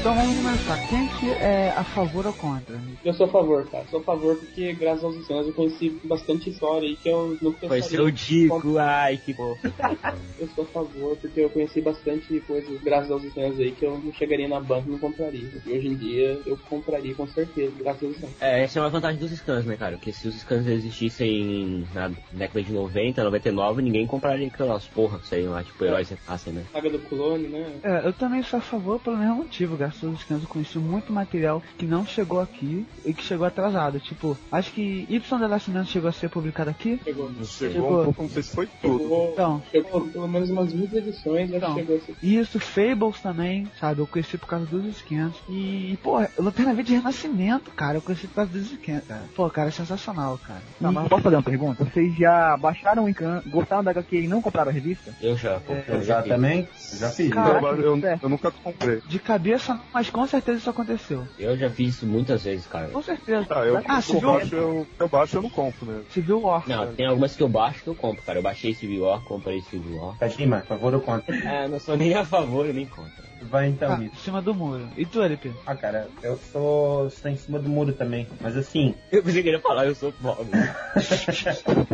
C: Então vamos começar. Quem que é a favor ou contra?
D: Eu sou a favor, cara. Sou a favor porque, graças aos scans, eu conheci bastante história aí que eu não pensaria.
B: Conheceu o Dico, ai que bom.
D: Eu sou a favor porque eu conheci bastante coisas, graças aos scans aí, que eu não chegaria na banca e não compraria. E hoje em dia, eu compraria com certeza, graças aos scans.
B: É, essa é uma vantagem dos scans, né, cara? Porque se os scans existissem na década de 90, 99, ninguém compraria aquelas porra, sei lá, tipo heróis é fácil, né?
D: Saga do clone, né?
C: É, eu também sou a favor pelo mesmo motivo, graças aos scans eu conheci muito material que não chegou aqui e que chegou atrasado. Tipo, acho que Y The Last Man chegou a ser publicado aqui.
D: Chegou.
E: Chegou um pouco, não sei se foi tudo.
D: Chegou,
C: Então,
D: chegou pelo menos umas muitas edições, acho
C: Então.
D: que chegou assim.
C: isso, Fables também, sabe? Eu conheci por causa dos scans. E, pô, Lanterna Verde Renascimento, cara, eu conheci por causa dos scans, cara. Pô, cara, é sensacional, cara.
J: Não,
C: E-
J: mas posso fazer uma pergunta? Vocês já baixaram o Encan, gostaram da HQ e não compraram a revista?
B: Eu já, pô.
I: Eu já também. É, Já fiz.
C: Cara,
E: Então, eu,
C: Caraca,
E: eu nunca comprei.
C: De cabeça, não, mas com certeza isso aconteceu.
B: Eu já fiz isso muitas vezes, cara.
C: Com certeza.
E: Ah, eu,
C: ah,
E: eu,
C: Civil,
E: baixo, eu, eu baixo, eu não compro mesmo.
J: um
C: Civil War.
B: Não, tem algumas que eu baixo que eu compro, cara. Eu baixei esse War, comprei esse War.
I: Kajima, Tá por favor, eu conto.
B: Ah, não sou nem a favor nem contra.
I: Vai então,
C: Ah,
I: Mito.
C: em cima do muro. E tu, LP?
I: Ah, cara, eu sou, sou em cima do muro também. Mas assim,
B: Eu pensei que ele ia falar, eu sou pobre.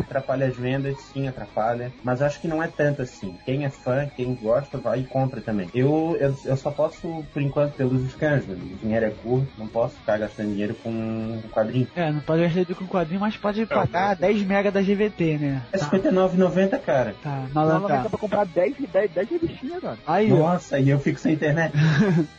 I: atrapalha as vendas, sim, atrapalha. Mas acho que não é tanto assim. Quem é fã, quem gosta, vai e compra também. Eu, eu, eu só posso, por enquanto, pelos scans. né? O dinheiro é curto, não posso ficar gastando dinheiro com um quadrinho.
C: É, não pode gastar com quadrinho, mas
E: É,
C: pode pagar 10 mega da GVT, né?
I: É R$ 59,90, cara.
C: Tá,
J: Normalmente dá
C: malandro.
J: pra comprar 10, 10, 10 revistinhas, cara.
C: Aí, ó.
I: Nossa, e eu fico sem internet.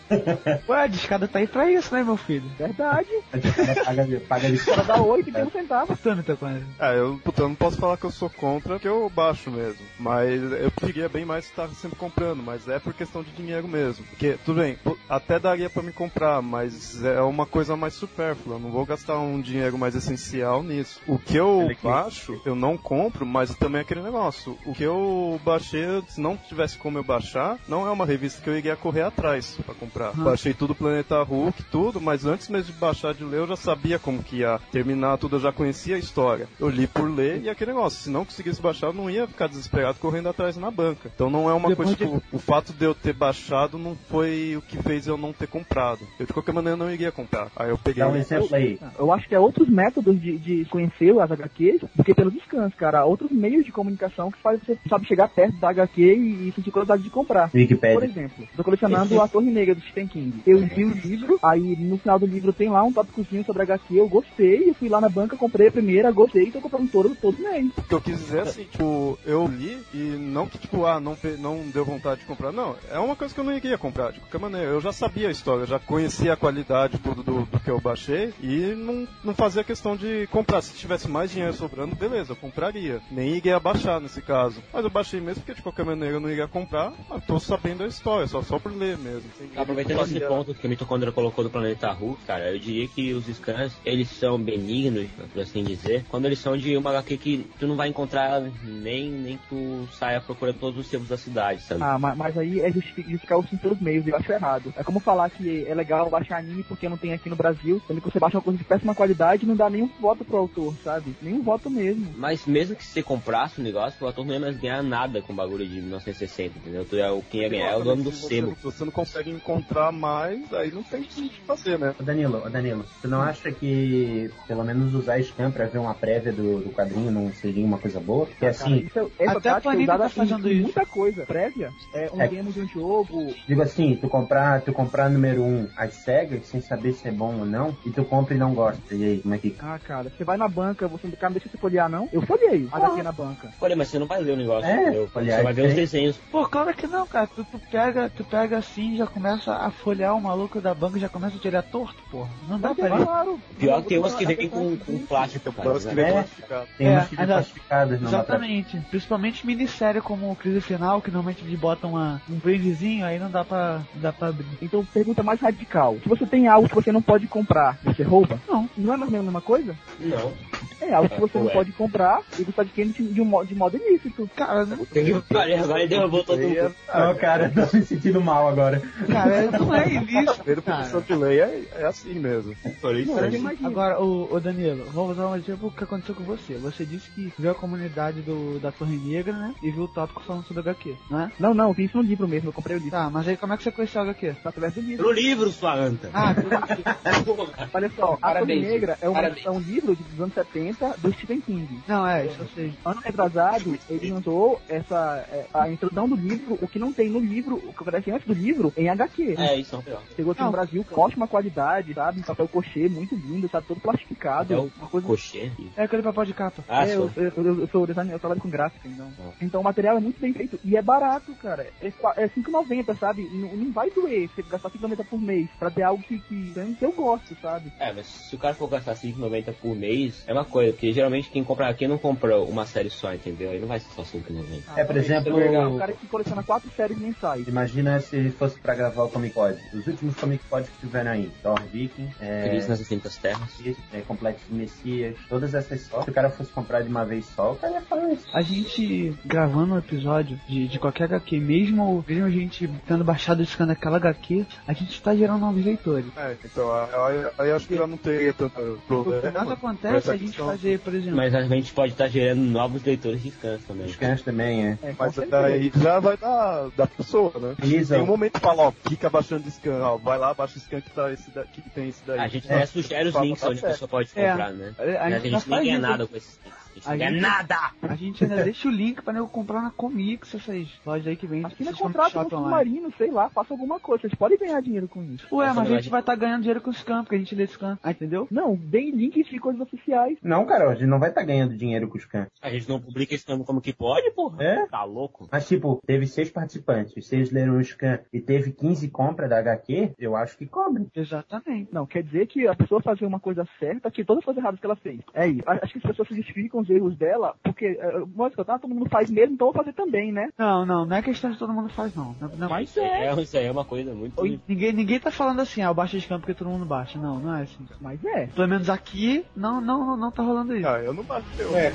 C: Ué, a discada tá aí pra isso, né, meu filho?
J: Verdade.
I: A é. gente paga, paga de
J: Cara, dá 8 e tem um centavo.
C: Passando, tá com ele.
E: Ah, eu, puta, eu não posso falar que eu sou contra, que eu baixo mesmo. Mas eu queria bem mais estar sempre comprando, mas é por questão de dinheiro mesmo. Porque, tudo bem, pô, até daria pra me comprar, mas é uma coisa mais supérflua. Eu não vou gastar um dinheiro mais essencial nisso. O que eu baixo, eu não compro, mas também é aquele negócio. O que eu baixei, se não tivesse como eu baixar, não é uma revista que eu iria correr atrás pra comprar. Baixei tudo Planeta Hulk, tudo, mas antes mesmo de baixar de ler, eu já sabia como que ia terminar tudo, eu já conhecia a história. Eu li por ler e aquele negócio, se não conseguisse baixar, eu não ia ficar desesperado correndo atrás na banca. Então não é uma
C: Depois
E: coisa, tipo, o fato de eu ter baixado não foi o que fez eu não ter comprado. Eu de qualquer maneira não iria comprar. Aí eu peguei.
I: Dá
J: Então
I: um exemplo aí.
J: Eu acho que é outros métodos de, de conhecer as HQs do que pelo descanso, cara. Outros meios de comunicação que fazem você, sabe, chegar perto da HQ e, e sentir curiosidade de comprar. Por
I: Wikipedia.
J: exemplo, tô colecionando a Torre Negra do Stephen King. Eu vi o livro, aí no final do livro tem lá um tópicozinho sobre HQ, eu gostei, eu fui lá na banca, comprei a primeira, gostei, e tô comprando todo, todo mês.
E: O que eu quis dizer assim, tipo, eu li e não que, tipo, ah, não, fe- não deu vontade de comprar. Não, é uma coisa que eu não iria comprar, de qualquer maneira. Eu já sabia a história, eu já conhecia a qualidade tudo do, do que eu baixei e não, não fazia questão de comprar. Se tivesse mais dinheiro sobrando, beleza, eu compraria. Nem iria baixar nesse caso. Mas eu baixei mesmo porque, de qualquer maneira, eu não iria comprar. Mas tô sabendo a história, só, só por ler mesmo.
B: Tá Aproveitando esse ponto que o mitocondria colocou do planeta Hulk, cara, eu diria que os scans, eles são benignos, por assim dizer, quando eles são de uma HQ que tu não vai encontrar ela nem, nem que tu saia procurando todos os sebos da cidade, sabe?
J: Ah, ma- mas, aí é justifi- justificar os pelos meios, eu acho errado. É como falar que é legal baixar anime porque não tem aqui no Brasil, sendo que você baixa uma coisa de péssima qualidade e não dá nenhum voto pro autor, sabe? Nenhum voto mesmo.
B: Mas mesmo que você comprasse o negócio, o ator não ia mais ganhar nada com o bagulho de 1960, entendeu? Tu ia, quem ia ganhar é o dono do
E: Se você
B: sebo.
E: não- Se você não consegue encontrar mais, aí não tem o que fazer, né?
I: Ô Danilo, ô Danilo, você não acha que pelo menos usar scan pra ver uma prévia do, do quadrinho não seria uma coisa boa? Porque assim,
J: Isso é- essa
C: Até a
J: tática é
C: Panini
J: usada
C: tá fazendo
J: em
C: isso.
J: Muita coisa. Prévia, é, um
I: É.
J: demo de um jogo,
I: Digo assim, tu comprar, tu comprar número um às cegas, sem saber se é bom ou não, e tu compra e não gosta. E aí, como é que.
J: Ah, cara, você vai na banca, você cara, não deixa você folhear, não? Eu folhei a HQ na banca.
B: Olha, mas você não vai ler o negócio,
I: É,
B: entendeu?
I: aliás,
B: você vai ver os
I: tem-
B: desenhos.
C: Pô, claro que não, cara. Tu, tu pega, tu pega assim, já começa a folhear o maluco da banca, já começa a tirar torto, porra. Não dá
I: é
C: pra ler.
J: Claro.
B: Pior que tem umas que vêm com, com plástico, cara.
E: Parece que
B: né?
E: vem
I: É.
E: classificado.
I: Tem
C: É,
I: umas que
C: ainda-
I: classificadas não dá pra-
C: Exatamente. Principalmente minissérie como Crise Final, que normalmente eles botam uma, um brindezinho, aí não dá pra, não dá pra abrir.
J: Então, pergunta mais radical. Se você tem algo que você não pode comprar, você rouba? Não. Não é mais ou menos a mesma coisa?
B: Não.
J: É algo que você não
B: Ué.
J: pode comprar e você adquire de, de, um, mo- de modo ilícito.
C: Cara, não,
B: Tem que parar, agora ele derrubou todo mundo.
I: Ah, cara, tô me sentindo mal agora.
C: cara, não é ilícito,
E: Primeiro professor
C: cara.
E: de lei é, é assim mesmo.
J: Cara,
I: né?
J: você imagina.
C: Agora, o, Danilo, vou usar um exemplo que aconteceu com você. Você disse que viu a comunidade do, da Torre Negra, né? E viu o tópico falando sobre HQ, né?
J: Não, não, tem isso no livro mesmo, eu comprei o livro. Tá
C: Tá, mas aí como é que você conheceu o HQ?
J: Através do livro.
B: Pro livro, sua anta.
C: Ah,
J: Olha só, A Torre
D: Parabéns,
J: Negra é, uma,
D: parabéns.
J: é um livro dos anos 70 do Stephen King.
C: não, é, isso eu sei.
J: Ano retrasado, ele lançou essa, é, a introdução do livro, o que não tem no livro, o que aparece antes do livro, em HQ.
B: É, isso é um pior.
J: Chegou aqui
C: Não.
J: no Brasil com ótima qualidade, sabe? Em papel cochê, muito lindo, sabe? Todo plastificado.
B: Papel
J: Uma coisa.
B: Cochê.
C: É aquele papel de capa.
B: Ah,
J: É,
B: só.
J: eu, eu, eu- eu sou designer, eu trabalho com gráfica, então.
B: Ah.
J: Então o material é muito bem feito e é barato, cara. É, qua- é 5,90, sabe? Não, não vai doer você gastar 5,90 por mês pra ter algo que, que, que eu gosto, sabe?
B: É, mas se o cara for gastar 5,90 por mês, é uma coisa, porque geralmente quem compra, quem não compra uma série só, entendeu? Aí não vai ser só 5,90.
I: É, por exemplo,
J: Ah, O cara que coleciona quatro séries mensais.
I: imagina se fosse pra gravar o Comic Pod. Os últimos Comic Pod que tiveram aí: Thor Viking, é,
B: Feliz nas infinitas terras.
I: é, Complexo do Messias, todas essas só. Se o cara fosse comprar de uma vez só, o cara ia falar isso.
C: A gente gravando um episódio de, de qualquer HQ, mesmo, mesmo a gente tendo baixado e escando aquela HQ, a gente tá gerando novos leitores.
E: É, então, aí, aí acho que já não teria tanto
C: Porque
E: problema. é
C: nada
E: por
C: acontece
E: essa
C: a gente
E: questão.
C: fazer, por exemplo.
B: Mas a gente pode estar gerando novos leitores de scans também.
I: Os cães também, é.
J: É, com
E: Mas
J: certeza.
E: daí já vai da, da pessoa, né?
I: Lisa,
E: Tem um momento que fala, ó, fica baixando o scan, ó, vai lá, baixa o scan que, tá esse da, que tem esse daí. É,
B: A gente até sugere os links onde a pessoa pode
C: É.
B: comprar, né?
C: A, a
B: A
C: gente,
B: gente,
C: tá
B: nem ganha
C: fazendo.
B: nada com esses links. Isso não é nada!
C: A gente ainda deixa o link pra nego comprar na Comics, essas lojas aí que vende.
J: Assina
C: esses
J: contrato
C: comic
J: com
C: shop
J: o
C: online.
J: submarino, sei lá, faça alguma coisa. Vocês podem ganhar dinheiro com isso.
C: Ué,
B: Essa
C: mas a gente
B: verdade.
C: vai estar ganhando dinheiro com scan, porque a gente lê scan. Ah, entendeu?
J: Não, deem links de coisas oficiais.
I: Não, cara, a gente não vai estar ganhando dinheiro com os cães.
B: A gente não publica esse nome como que pode, porra?
I: É?
B: Tá louco?
I: Mas, tipo, teve seis participantes, seis leram o scan e teve 15 compras da HQ, eu acho que cobre.
C: Exatamente.
J: Não, quer dizer que a pessoa fazer uma coisa certa, que todas as coisas erradas que ela fez. É isso. A- Acho que as pessoas se justificam os erros dela, porque, é, mostra que eu tava, todo mundo faz mesmo, então eu vou fazer também, né?
C: Não, não, não é questão de todo mundo faz, não. Não- não-
B: Mas é. é, isso aí é uma coisa muito.
C: Oi, Ninguém, ninguém tá falando assim, ah, eu baixo scan porque todo mundo baixa. Não, não é assim.
J: Mas é.
C: Pelo menos aqui, não, não, não, não tá rolando isso.
E: Ah, eu não bateu.
G: É,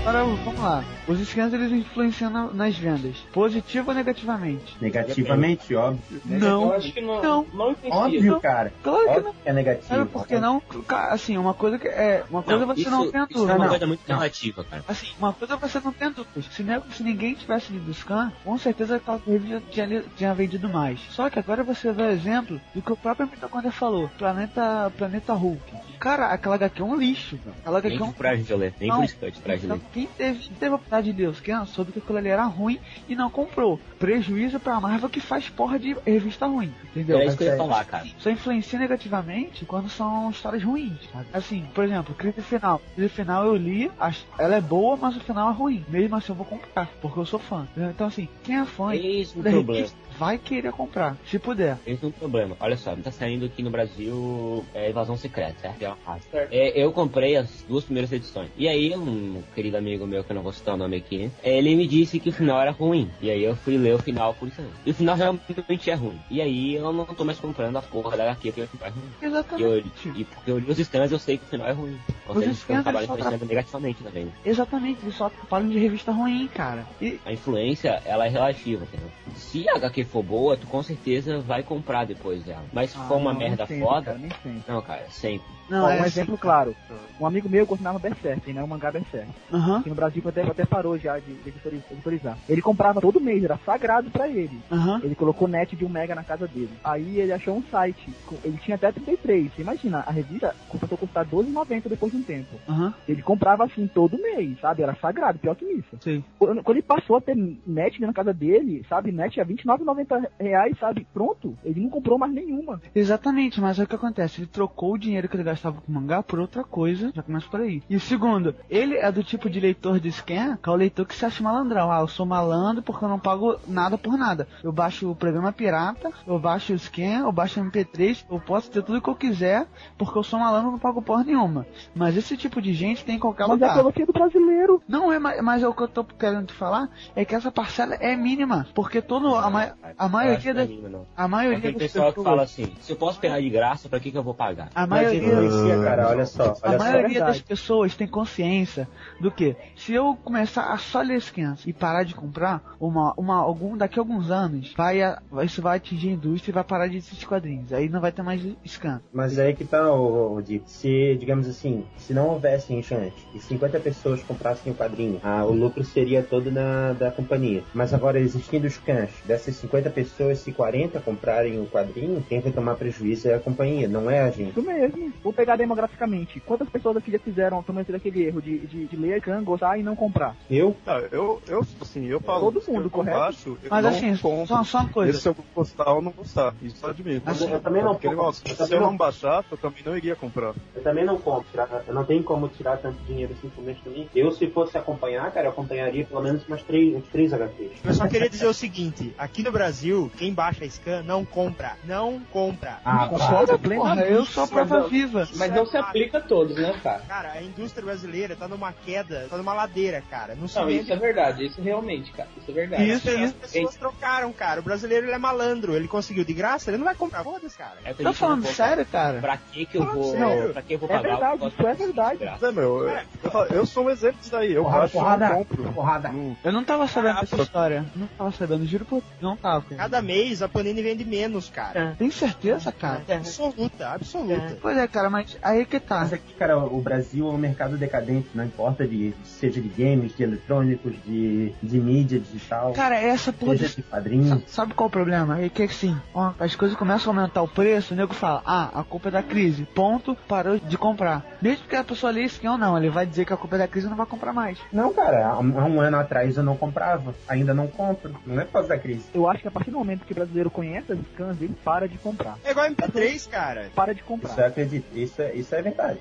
C: Agora, vamos lá. Os scans, eles influenciam na- nas vendas. Positivo ou negativamente?
I: Negativamente, óbvio.
D: Eu
C: Não.
D: acho que não,
C: Não. é
D: não. não influencia.
I: Óbvio, cara.
C: Claro que não.
I: Óbvio que é negativo.
C: Sabe por que não? Ca- Assim, uma coisa que é. Uma coisa você
B: isso,
C: não tem a
B: isso é uma
C: dúvida.
B: coisa muito
I: Não.
B: narrativa, cara.
C: Assim, uma coisa você não tem dúvidas. Se, ne- se ninguém tivesse lido o Scan, com certeza aquela revista tinha, li- tinha vendido mais. Só que agora você vê o exemplo do que o próprio Mitocondria falou: Planeta, Planeta Hulk. Cara, aquela HQ é um lixo, velho. Aquela HQ
B: Nem
C: é um.
B: por coragem de eu ler, nem
C: Não.
B: por isso que eu te trago de
C: Então,
B: ler.
C: quem teve, quem teve a oportunidade de ler o Scan soube que aquilo ali era ruim e não comprou. Prejuízo pra Marvel que faz porra de revista ruim, entendeu?
B: Era isso que eu ia
I: mas é-
B: falar, cara.
C: só influencia negativamente quando são histórias ruins. sabe? Assim, por exemplo, crise final. Crise final eu li, ach- ela é boa, mas o final é ruim. Mesmo assim eu vou comprar, porque eu sou fã. Então assim, quem é fã
B: Eis um
C: da
B: problema.
C: revista vai querer comprar, se puder.
B: Eis um problema. Olha só, tá saindo aqui no Brasil é, Invasão Secreta, certo? É uma fase.
D: Certo.
B: É, eu comprei as duas primeiras edições. E aí, um querido amigo meu, que eu não vou citar o nome aqui, ele me disse que o final era ruim. E aí eu fui ler o final por isso. aí. E o final realmente é ruim. E aí eu não tô mais comprando a porra da HQ porque o final é ruim. E, eu,
C: Exatamente.
B: e porque eu li os scans eu sei que o final é ruim. Ou
C: Os
B: seja, os
C: scans,
B: scans trabalham
C: eles só
B: influenciando negativamente também. né?
C: Exatamente, eles só falam de revista ruim, cara. E
B: A influência, ela é relativa, entendeu? Se a HQ for boa, tu com certeza vai comprar depois dela. Mas se
J: Ah,
B: for uma
J: não, nem
B: merda
J: sempre,
B: foda...
J: cara, nem sempre.
B: Não, cara, sempre.
C: não,
J: Ó,
C: é
J: um
C: assim,
J: exemplo
C: cara.
J: claro. Um amigo meu coordenava Berserk, né? O mangá Berserk.
C: Aham,
J: Aqui no Brasil até, até parou já de de editori- editorizar. Ele comprava todo mês, era sagrado pra ele.
C: aham.
J: Ele colocou net de 1 mega na casa dele. Aí ele achou um site. com- Ele tinha até 33. Você imagina, a revista começou a custar 12,90 depois de um tempo.
C: Aham,
J: Ele comprava assim todo mês, sabe? Era sagrado, pior que isso.
C: sei.
J: Quando quando ele passou a ter net na casa dele, sabe? Net a R$29,90, reais, sabe? Pronto. Ele não comprou mais nenhuma.
C: Exatamente, mas é o que acontece, ele trocou o dinheiro que ele gastava com mangá por outra coisa, já começa por aí. E segundo, ele é do tipo de leitor de scan, que é o leitor que se acha malandrão. Ah, eu sou malandro porque eu não pago nada por nada. Eu baixo o programa pirata, eu baixo o scan, eu baixo o MP3, eu posso ter tudo que eu quiser, porque eu sou malandro e não pago porra nenhuma. Mas esse tipo de gente tem em qualquer
J: Mas é a
C: lugar.
J: filosofia do brasileiro.
C: Não é, ma- mas é o que eu tô querendo te falar é que essa parcela é mínima, porque todo a, ma- a
B: é
C: maioria das,
B: Não.
C: a
B: É
C: maioria
B: aquele
C: das
B: pessoal que
C: pessoas-
B: fala assim, se eu posso pegar de graça, pra que que eu vou pagar?
C: a
I: Mas
C: maioria
I: influencia, cara. Olha só,
C: A
I: olha só.
C: maioria das
J: verdade.
C: pessoas tem consciência do que se eu começar a só ler skins e parar de comprar, uma, uma, algum, daqui a alguns anos, vai a- vai- isso vai atingir a indústria e vai parar de existir quadrinhos. Aí não vai ter mais scan.
I: Mas aí que tá, o, se, digamos assim, se não houvesse enchante e 50 pessoas comprassem o quadrinho, ah, o lucro seria todo na, da companhia. Mas agora, existindo os cães, dessas 50 pessoas, se 40 comprarem o quadrinho, quem vai tomar prejuízo é a companhia, não é a gente.
J: Isso mesmo. Vou pegar demograficamente. Quantas pessoas aqui já fizeram, cometer aquele erro de, de, de ler, can, gostar e não comprar?
I: Eu?
E: Ah, eu, eu, assim, eu falo.
J: Todo
E: dos que
J: mundo,
E: eu
J: correto?
E: Baixo, eu
C: Mas
E: não
C: assim,
E: compro.
C: só, só uma coisa.
E: Esse eu vou gostar ou não gostar. Isso eu admito. é
C: Assim,
I: eu também não
E: Porque
I: compro.
E: negócio,
I: Eu
E: se
I: também
E: eu
I: não-
E: não baixar, eu também não iria comprar.
I: Eu também não compro, tirar- eu não tenho como tirar tanto dinheiro assim por mês de mim. Eu, se fosse acompanhar, cara, eu acompanharia pelo menos umas 3, uns 3 HQs.
K: Eu só queria dizer o seguinte: aqui no Brasil, quem baixa a scan não compra. Não compra.
I: Ah,
J: Concordo
C: Porra, eu sou a prova viva caramba.
D: Mas não se aplica a todos, né, cara?
K: Cara, a indústria brasileira tá numa queda, tá numa ladeira, cara. Não,
D: Não,
K: sei
D: isso é verdade, isso realmente, cara. Isso é verdade.
C: Isso,
K: As
C: isso.
K: pessoas trocaram, cara. O brasileiro ele é malandro. Ele conseguiu de graça, ele não vai comprar. Foda-se, cara.
B: É,
C: Tô falando sério, cara?
B: Pra que que eu
E: Ah,
K: Fala
B: vou...
K: sério.
B: Pra que eu vou
J: É
B: pagar?
J: verdade,
B: Eu gosto
J: isso é
B: disso,
J: verdade.
B: graça.
E: É, meu, eu, eu falo, eu sou um exemplo disso daí. Eu
I: Porrada,
E: acho
I: porrada.
E: eu compro.
I: Porrada.
E: Não-
C: Eu não tava sabendo dessa
E: Caraca.
C: história. Não tava sabendo, juro por Não tava. cara.
K: Cada mês a Panini vende menos, cara. É.
C: Tem certeza, cara?
K: Absoluta, absoluta.
C: Pois é, cara, mas aí que tá.
I: Mas aqui, cara, o Brasil é um mercado decadente, não importa de seja de games, de eletrônicos, de, de mídia digital,
C: Cara, essa porra
I: seja
C: de
I: de quadrinhos.
C: Sa- Sabe qual é o problema? É que assim, ó, as coisas começam a aumentar o preço, o nego fala, ah, a culpa é da crise, ponto, parou de comprar. Mesmo que a pessoa lê isso, ou não, ele vai dizer que a culpa é da crise e não vai comprar mais.
I: Não, cara, há um há um ano atrás eu não comprava, ainda não compro, não é por causa da crise.
J: Eu acho que a partir do momento que o brasileiro conhece as scans, ele para de comprar.
K: É igual MP3, cara.
J: Para de comprar.
I: Isso eu acredito, isso é, isso é verdade.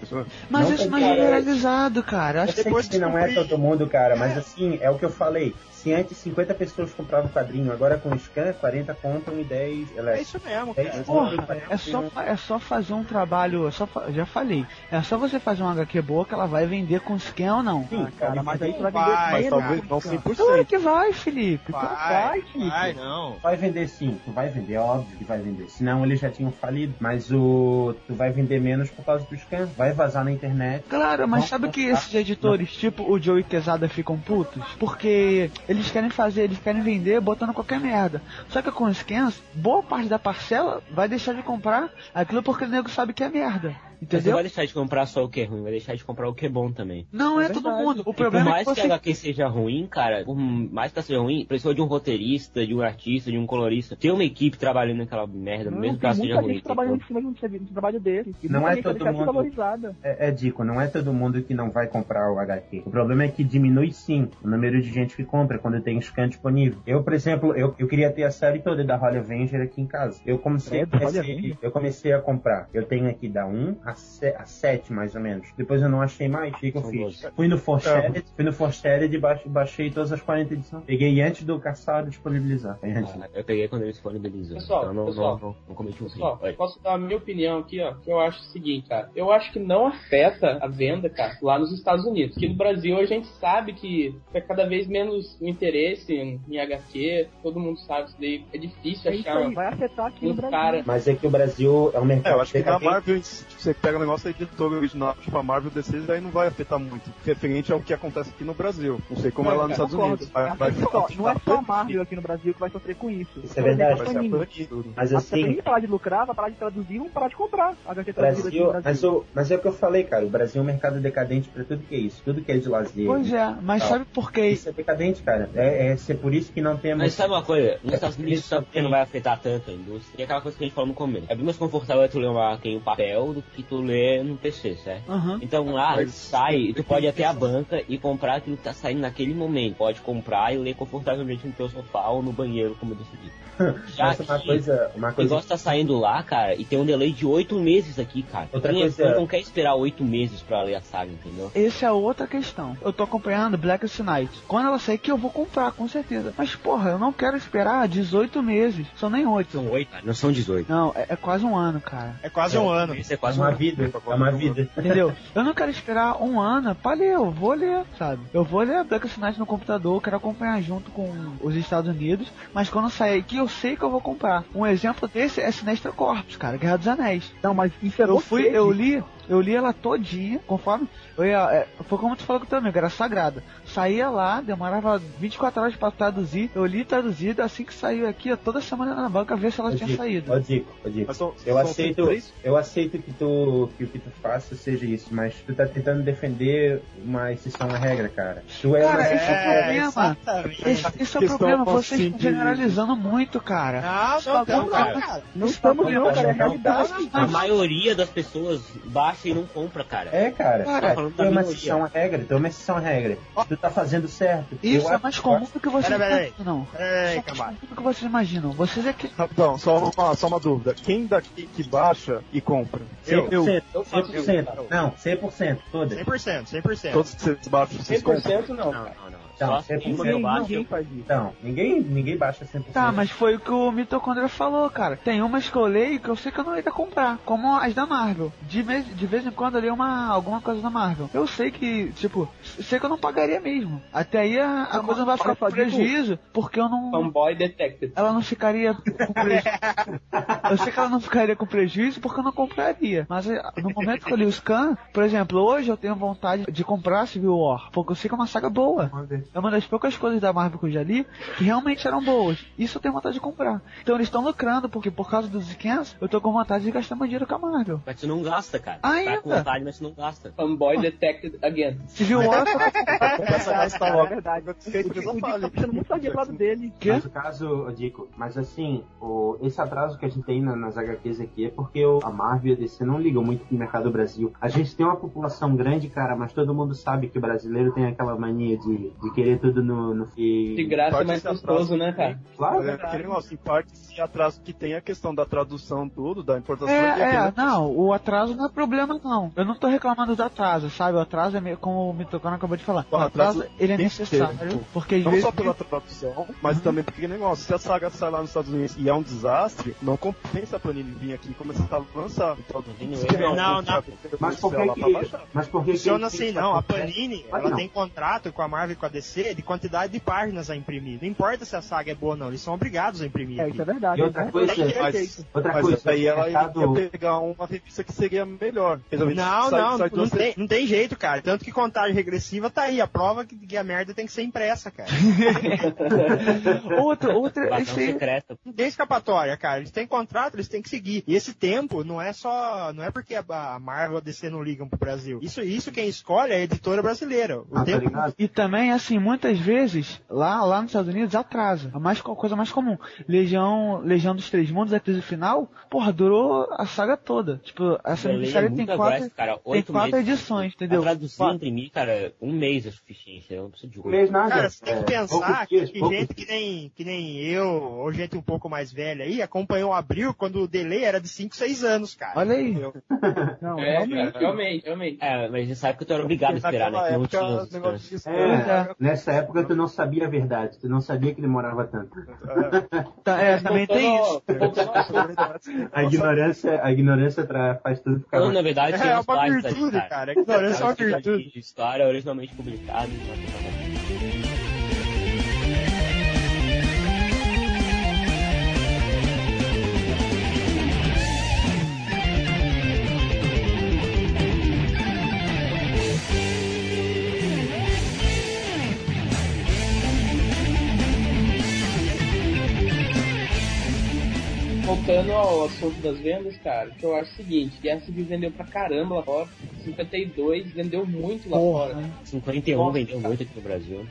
C: Mas
I: Não
C: isso
I: tem
C: não é
I: cara.
C: generalizado, cara. Eu
I: Eu
C: acho
I: sei
C: que
K: Depois
I: que não é
K: descobri.
I: todo mundo, cara, mas assim, é o que eu falei. Se antes 50 pessoas compravam um quadrinho, agora com scan 40 compram e 10
K: É
I: elas-
K: isso mesmo,
I: É
K: cara.
I: isso.
C: Porra, é só, fa- é só fazer um trabalho, é só fa- eu já falei, é só você fazer uma HQ boa que ela vai vender com skin ou não.
I: Sim,
J: Cara, mas aí tu vai
K: Vai,
J: vender
K: mas
E: Mas
J: menos.
E: talvez não 100%.
C: Claro que vai, Felipe.
K: Vai,
J: vai, Chico.
K: vai, não.
I: Vai vender sim, tu vai vender, óbvio que vai vender. Senão eles já tinham falido. Mas o. Tu vai vender menos por causa do scan. Vai vazar na internet.
C: Claro, mas
I: Não,
C: sabe
I: não,
C: que
I: tá.
C: esses editores, tipo o Joey Quesada, ficam putos? Porque eles querem fazer, eles querem vender botando qualquer merda. Só que com os scans, boa parte da parcela vai deixar de comprar aquilo porque o nego sabe que é merda.
B: Mas Você
C: Entendeu?
B: vai deixar de comprar só o que é ruim, vai deixar de comprar o que é bom também.
C: Não é, todo mundo. O
B: E por
C: problema é
B: mais
C: que
B: que,
C: você.
B: a HQ seja ruim, cara, por mais que ela seja ruim, precisa de um roteirista, de um artista, de um colorista. Tem uma equipe trabalhando naquela merda,
J: Não,
B: mesmo que
J: tem
B: ela seja
J: muita
B: ruim. então.
J: gente trabalhando em cima de um servi- de um trabalho desse. E
I: Não
J: muita
I: é
J: gente
I: todo
J: vai deixar
I: mundo.
J: desvalorizada.
I: É, é dico, não é todo mundo que não vai comprar o HQ. O problema é que diminui sim o número de gente que compra quando tem um scan disponível. Eu, por exemplo, eu, eu queria ter a série toda da Holly Avenger aqui em casa. Eu comecei,
J: Credo, Holly
I: comecei-
J: Avenger.
I: eu comecei a comprar. Eu tenho aqui da 1 a, se- a 7, mais ou menos. Depois eu não achei mais. O que, que eu
B: São
I: fiz? Fui
J: Tá.
I: no Forshared, fui no Forshared e baixei, baixei todas as 40 edições. Peguei antes do caçado disponibilizar. Foi antes.
B: Ah, Eu peguei quando eles disponibilizou.
D: Pessoal,
B: então não,
D: pessoal.
B: não, não, não cometi um crime.
D: Ó,
B: Olha,
D: posso dar a minha opinião aqui, ó. que Eu acho o seguinte, cara. Eu acho que não afeta a venda, cara, lá nos Estados Unidos. Aqui no Brasil a gente sabe que é cada vez menos o interesse em, em HQ. Todo mundo sabe isso daí. É difícil
J: É isso
D: achar
J: aí, vai afetar aqui no
D: um
J: Brasil.
D: cara.
I: Mas é que o Brasil é um
E: É,
I: mercado
E: eu acho que na
I: decadente.
E: Marvel, tipo, você pega o negócio da editora original, tipo a Marvel DC, daí não vai afetar muito. Referente ao que acontece aqui no Brasil. Não sei como é lá nos Estados
J: Concordo.
E: Unidos. Vai,
J: Mas
E: vai
J: olha só, não é só a
E: afetar tá
J: Marvel aqui no Brasil que vai sofrer com isso.
I: tá? Isso é
J: Por exemplo,
I: verdade.
J: a
E: Vai ser
J: Panini.
E: abolido.
I: Mas
J: A Panini
I: assim,
J: parar de lucrar, vai parar de traduzir, vão parar de comprar a HQ traduzida aqui
I: Brasil,
J: no
I: mas,
J: Brasil.
I: o, mas é o que eu falei, cara. O Brasil é um mercado decadente pra tudo que é isso. Tudo que é de lazer.
C: Pois é, mas
I: Tá.
C: sabe por quê?
I: Isso é decadente, cara. É, é, é por isso que não temos.
B: Mas sabe uma coisa? Nos Estados Unidos sabe porque não vai afetar tanto a indústria. E aquela coisa que a gente falou no começo. É bem mais confortável tu ler uma HQ em um papel do que tu ler no PC, certo?
C: Aham.
B: Então lá
E: Mas-
B: sai, tu pode ir até a banca e comprar aquilo que tá saindo naquele momento. Pode comprar e ler confortavelmente no teu sofá ou no banheiro, como eu decidi. Já
I: Mas uma
B: aqui,
I: coisa, uma
B: o
I: coisa
B: negócio tá saindo lá, cara, e tem um delay de oito meses aqui, cara.
I: Outra
B: Quem é
I: coisa-
B: fã não quer esperar oito meses pra ler a saga, entendeu?
C: Essa é outra questão. Eu tô acompanhando Black Knight. Quando ela sair que eu vou comprar, com certeza. Mas porra, eu não quero esperar 18 meses. São nem 8.
B: São oito, cara, não são dezoito.
C: Não, é, é quase um ano, cara.
K: É quase um ano.
B: Isso é
I: é
B: quase
I: uma
B: um-
I: vida. É uma vida.
C: Entendeu? Eu não quero esperar um ano pra ler, eu vou ler, sabe? Eu vou ler Black Sinais no computador, eu quero acompanhar junto com os Estados Unidos, mas quando sair aqui eu sei que eu vou comprar. Um exemplo desse é Sinestra Corpus, cara, Guerra dos Anéis.
J: Não, mas isso é
C: Eu
J: você,
C: fui, eu
J: gente.
C: li, eu li ela todinha, conforme. Eu ia, é, foi como tu falou com o teu amigo, era sagrada. Saía lá, demorava 24 horas pra traduzir, eu li traduzida, assim que saiu aqui, eu toda semana ia na banca ver se ela
I: Ô,
C: tinha
I: Dico,
C: saído.
I: ô, Dico, ô, Dico.
E: Mas são,
I: Eu
E: são
I: aceito,
E: três-
I: eu aceito que, tu, que o que tu faça seja isso, mas tu tá tentando defender uma exceção à regra, cara. Tu é
C: Cara,
I: uma
C: esse é o
K: É,
C: problema.
K: exatamente.
C: Esse, esse é o
E: Questão
C: problema, vocês
E: assim
C: estão
E: de-
C: generalizando muito, cara.
K: Não, não,
C: Tá
K: não,
C: bom,
K: cara.
J: Ah, Não estamos
I: Não,
J: não, cara, é a
I: não,
J: realidade.
B: A maioria das pessoas baixa e não compra, cara. Tá
I: É, cara.
C: Cara,
I: cara,
B: falando
I: tu
B: da
I: é uma
B: minoria.
I: exceção à regra, tu é uma exceção à regra. Tu tá fazendo certo.
C: Isso
I: Eu
C: é
I: acho-
C: mais comum do que vocês
K: Pera, pera aí.
C: imaginam.
K: Ei,
C: Isso é mais
K: Camar.
C: comum do que vocês imaginam. Vocês é que.
E: Rapidão, Tá só uma, só uma dúvida. Quem daqui que baixa e compra?
I: 100%,
E: Eu.
I: 100%. Não, 100%, todas.
K: 100%, 100%.
E: Todos que vocês baixam, vocês compram.
D: 100% não,
B: Não,
D: cara.
B: não, não.
I: Então,
B: Só
I: sempre-
B: uma
I: sempre-
B: eu baixo.
I: ninguém faz isso. Então, ninguém, ninguém baixa 100%.
C: Tá, mas foi o que o Mitocondria falou, cara. Tem umas que eu leio que eu sei que eu não ia comprar, como as da Marvel. De, vez- de vez em quando eu leio uma, alguma coisa da Marvel. Eu sei que, tipo, sei que eu não pagaria mesmo. Até aí a, a coisa não vai ficar com prejuízo, porque eu não.
D: Fanboy Detected.
C: Ela não ficaria com prejuízo. Eu sei que ela não ficaria com prejuízo porque eu não compraria. Mas eh, no momento que eu li o Scan, por exemplo, hoje eu tenho vontade de comprar Civil War, porque eu sei que é uma saga boa. É uma das poucas coisas da Marvel que eu já li que realmente eram boas. Isso eu tenho vontade de comprar. Então eles estão lucrando, porque por causa dos scans, eu tô com vontade de gastar meu dinheiro com a Marvel.
B: Mas tu não gasta, cara.
C: Ah,
B: tá com
C: ainda?
B: vontade, mas tu não gasta.
D: Fanboy Detected again.
C: Civil War,
J: É verdade. O Dick- o Dick tá puxando muito sardinha pro lado dele.
I: Mas o caso, eu digo, mas assim, o- esse atraso que a gente tem na- nas HQs aqui é porque o- a Marvel e a DC não ligam muito pro mercado Brasil. A gente tem uma população grande, cara, mas todo mundo sabe que o brasileiro tem aquela mania de, de querer tudo no, no e-
D: De graça é
E: Pode
D: mais
E: ser a
D: gostoso, né, cara?
I: Claro,
E: É, aquele negócio, em parte, esse atraso que tem a questão da tradução, tudo, da importação. e
C: É,
E: aquele-
C: é, não, o atraso não é problema não. Eu não tô reclamando do atraso, sabe? O atraso é meio, como o Mitocano acabou de falar. O
E: Porra,
C: atraso,
E: atraso
C: ele é
E: tem que ter, né,
C: necessário,
E: pô.
C: porque Uhum. às
E: Não
C: vezes...
E: só pela tradução, mas também porque negócio, se a saga sai lá nos Estados Unidos e é um desastre, não compensa a Panini vir aqui e começar a lançar. Então,
K: Não, não.
I: Mas por que que... Mas por que que
K: tá Funciona
I: eles
K: assim,
I: têm essa
K: não. A
I: conversa?
K: Panini,
I: Mas
K: ela
I: não.
K: tem contrato com a Marvel e com a DC de quantidade de páginas a imprimir. Não importa se a saga é boa ou não, eles são obrigados a imprimir.
J: É,
K: aqui.
J: isso é verdade.
I: E outra
J: né?
I: coisa,
J: Tem que ter
E: mas-
J: jeito.
I: Outra
E: Mas
I: coisa,
E: essa aí ela
I: mercado-
E: ia pegar uma revista que seria melhor. Resolvi-
K: Não,
E: sai-
K: não,
E: sai
K: não,
E: duas
K: tem, não tem jeito, cara. Tanto que contagem regressiva tá aí. A prova que, que a merda tem que ser impressa, cara.
C: Outra, outra,
I: é um
B: Invasão
C: esse aí-
B: secreta.
K: Não tem escapatória, cara. Eles têm contrato, eles têm que seguir. E esse tempo não é só. Não é porque a- a Marvel e a DC não ligam pro Brasil. Isso, isso quem escolhe é a editora brasileira. O
I: Ah, tá
K: tempo.
I: ligado?
C: E também, assim, muitas vezes, lá, lá nos Estados Unidos, atrasa. A mais, co- coisa mais comum. Legião, Legião dos Três Mundos, a crise final, porra, durou a saga toda. Tipo, essa
I: é
B: Eu leio
C: minissérie tem
B: muito
C: quatro,
B: agora, cara.
C: tem
B: Oito
C: quatro
B: meses. Tá
C: edições,
B: A
C: entendeu?
B: tradução imprimir, cara, um mês é suficiente. Eu não preciso de
I: Um
B: oito.
I: mês nada.
K: Cara, você tem que
I: é,
K: pensar
I: poucos
K: que,
I: dias,
K: que
I: poucos
K: gente que nem, que nem eu, ou gente um pouco mais velha aí, acompanhou o abril quando o delay era de 5, 6 anos, cara.
C: Olha aí.
J: Não,
D: É,
J: realmente.
D: cara, realmente, realmente.
B: É, mas nessa época tu era obrigado a esperar, né?
E: Naquela
B: Que não tinha
E: época,
B: os
E: o negócio
B: scans.
E: de
I: É,
C: É.
I: nessa época tu não sabia a verdade, tu não sabia que demorava tanto.
C: Tá, é, também tem isso.
D: Voltando ao-
K: É
I: A ignorância, a ignorância tra- faz tudo ficar
B: Não,
I: mais...
B: na verdade,
K: É,
B: tem
K: é
B: os
K: uma
B: pais da
K: virtude,
B: história.
K: cara. A ignorância é uma virtude.
B: A história originalmente publicada. né?
D: Voltando ao assunto das vendas, cara, que eu acho o seguinte, Guerra Civil vendeu pra caramba lá fora, 52 vendeu muito lá
C: Porra,
D: fora.
C: né? Ah,
B: 51 vendeu muito um, aqui no Brasil.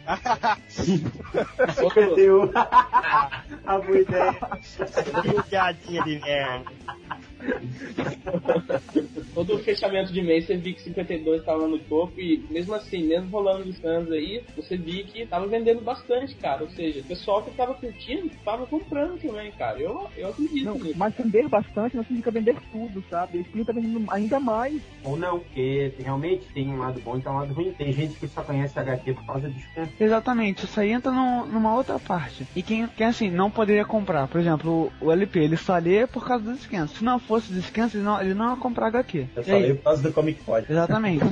D: Outro,
I: Perdeu. a boa ideia.
K: Que piadinha de merda.
D: todo fechamento de mês você via que 52 tava no topo e mesmo assim, mesmo rolando os scans aí, você via que tava vendendo bastante, cara. Ou seja, o pessoal que tava curtindo tava comprando também, cara. Eu, eu acredito
J: Não,
D: nisso.
J: mas vender bastante não significa vender tudo, sabe? Eles podiam estar vendendo ainda mais.
I: Ou não, porque realmente tem um lado bom e tem um lado ruim. Tem gente que só conhece HQ por causa dos cantos.
C: Exatamente, isso aí entra num- numa outra parte. E quem, quem assim não poderia comprar, por exemplo, o, o LP, ele só lê por causa dos descansos. Se não fosse descanso, ele não, ele não ia comprar HQ.
I: Eu
C: E aí?
I: falei por causa do Comic Pod.
C: Exatamente.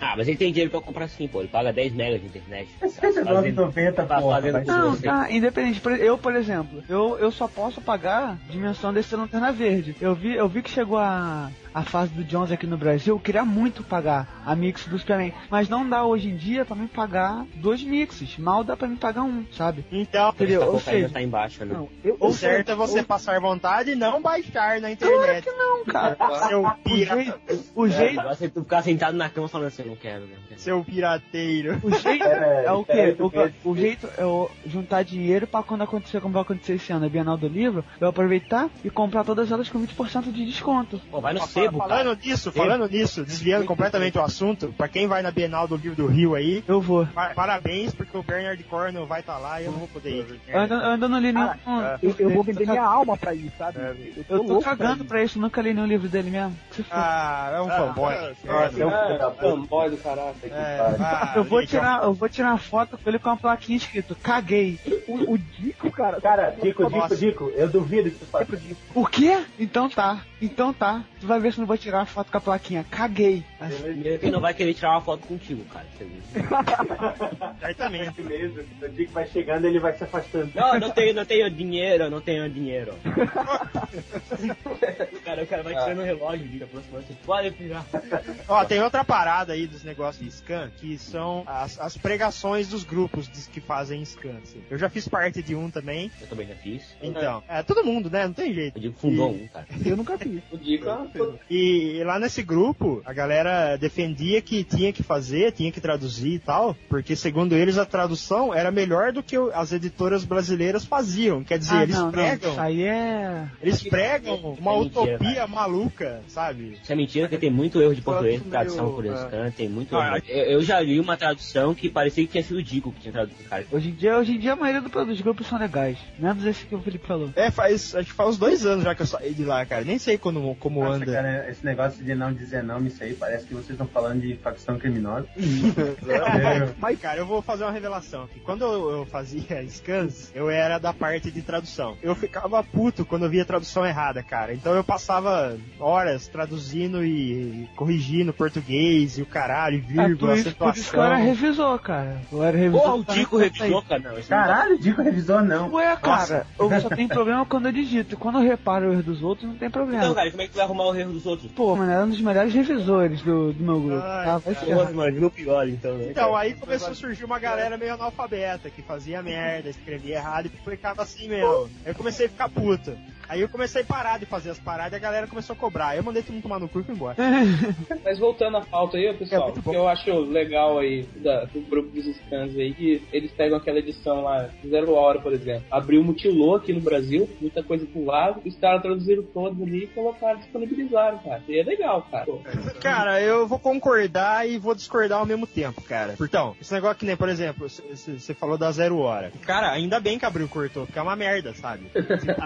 B: Ah, mas ele tem dinheiro pra comprar sim, pô. Ele paga 10 megas de internet.
I: R$19,90,
B: Tá
I: porra.
B: fazendo
I: vai
B: com-
I: ser-
C: Não,
B: você.
C: tá, independente. Por- Eu, por exemplo, eu, eu só posso pagar dimensão desse lanterna verde. Eu vi, eu vi que chegou a, a fase do Jones aqui no Brasil, eu queria muito pagar a mix do Superman. Mas não dá hoje em dia pra mim pagar dois mixes. Mal dá pra mim pagar um, sabe?
K: Então,
C: Entendeu?
B: Essa
C: Ou
B: cocaína
C: seja,
B: tá embaixo, né?
C: não, eu,
K: o
C: ou
K: certo é
C: seja,
K: você
C: ou-
K: passar vontade e não baixar na internet.
C: não, cara.
K: Seu
C: O
K: pirata.
C: jeito, o
B: É,
C: jeito,
B: igual você tu ficar sentado na cama falando assim, eu não quero, né?
K: Seu pirateiro.
C: o jeito é, o quê? O, ca- o jeito é o juntar dinheiro pra quando acontecer, é como vai acontecer esse ano, a Bienal do Livro, eu aproveitar e comprar todas elas com 20% de desconto.
B: Pô, vai no
K: Passar Sebo, falando disso, falando nisso, desviando completamente o assunto, pra quem vai na Bienal do Livro do Rio aí,
C: Eu vou.
K: pa- parabéns, porque o Bernard Cornell vai estar lá e eu não vou poder ir.
C: Eu ainda, eu ainda não li nenhum.
J: É. Ah, Eu, eu vou vender minha alma pra ir, sabe?
K: É,
J: Eu tô,
C: Eu tô
J: louco
C: cagando pra isso, nunca li nenhum livro dele mesmo. Se for.
K: Ah, é um fanboy.
G: Nossa, é um fanboy do caralho.
K: É,
G: É,
K: ah,
C: eu vou
K: gente, é um
C: tirar, eu vou tirar foto com ele com uma plaquinha escrito caguei.
J: O, o Dico, cara.
I: Cara, Dico,
K: Nossa.
I: Dico, Dico, eu duvido que tu faça isso.
C: O quê? Então tá. Então tá. Tu vai ver se eu não vou tirar a foto com a plaquinha. Caguei. Assim.
B: Primeiro que não vai querer tirar uma foto contigo, cara. você viu?
K: Aí também.
I: Esse mesmo, o Dico vai chegando ele vai se afastando.
B: Não, não tenho, não tenho dinheiro, não tenho dinheiro. cara, o cara vai tirando o relógio, diga, aproximando, você assim, pode pirar.
K: Ó, tem outra parada aí dos negócios de scan, que são as, as pregações dos grupos dos que fazem scan. assim. Eu já fiz parte de um também,
B: Eu também já fiz.
K: então. É, todo mundo, né? Não tem jeito.
B: Eu digo fundou um, cara.
J: Eu nunca fiz.
D: O Dico é uma coisa.
K: E, lá nesse grupo, a galera defendia que tinha que fazer, tinha que traduzir e tal, porque segundo eles a tradução era melhor do que o- as editoras brasileiras faziam. Quer dizer,
C: Ah,
K: eles
C: não,
K: pregam,
C: não. Aí é.
K: eles pregam uma
B: É mentira,
K: utopia maluca, sabe?
B: Isso é mentira, porque tem muito erro de português,
E: Tradução
B: tradução
E: meio,
B: por
E: é.
B: scan, tem muito
K: Ah,
B: erro. Eu, eu já li uma tradução que parecia que tinha sido o Dico que tinha traduzido, cara.
C: Hoje em dia, hoje em dia a maioria do- dos grupos são legais. Menos esse que o Felipe falou.
K: É, faz, acho que faz uns dois anos já que eu saí de lá, cara. Nem sei quando, como
I: Nossa,
K: anda.
I: cara, esse negócio de não dizer não, isso aí parece que vocês estão falando de facção criminosa. É.
K: Mas, cara, eu vou fazer uma revelação aqui. Quando eu, eu fazia scans, eu era da parte de tradução. Eu ficava puto quando eu via tradução errada, cara. Então eu passava horas traduzindo e corrigindo português e o caralho, e
C: Ah, por
K: vírgula,
C: isso, por isso que eu era
K: acentuação.
C: revisor, cara. Eu era revisor.
B: Porra, o Dico revisou, cara. Não, isso é não dá.
I: Caralho, Dico revisou não.
C: Ué, cara, eu só tenho problema quando eu digito. E quando eu reparo o erro dos outros, não tem problema.
B: Então, cara, como é que tu vai arrumar o erro dos outros?
C: Pô, mano, era um dos melhores revisores do, do meu grupo.
K: Ai,
C: Ah, vai se
B: Porra,
C: ferrar.
B: mano, viu pior, então, né?
K: Então, aí começou a surgir uma galera meio analfabeta, que fazia merda, escrevia errado e publicava assim mesmo. Aí eu comecei a ficar puto. Aí eu comecei a parar de fazer as paradas e a galera começou a cobrar. Aí eu mandei todo mundo tomar no cu e fui embora.
D: Mas voltando à pauta aí,
K: É
D: pessoal,
K: muito
D: o
K: bom.
D: que eu acho legal aí da- do grupo dos scans aí, que eles pegam aquela edição lá, Zero Hora, por exemplo. Abriu, mutilou aqui no Brasil, muita coisa pro lado, os caras traduziram todos ali e colocaram, disponibilizaram, cara. E é um legal, cara. Pô,
K: Cara, eu vou concordar e vou discordar ao mesmo tempo, cara. Então, esse negócio que nem, por exemplo, você falou da zero hora. Cara, ainda bem que abriu cortou, porque é uma merda, sabe? é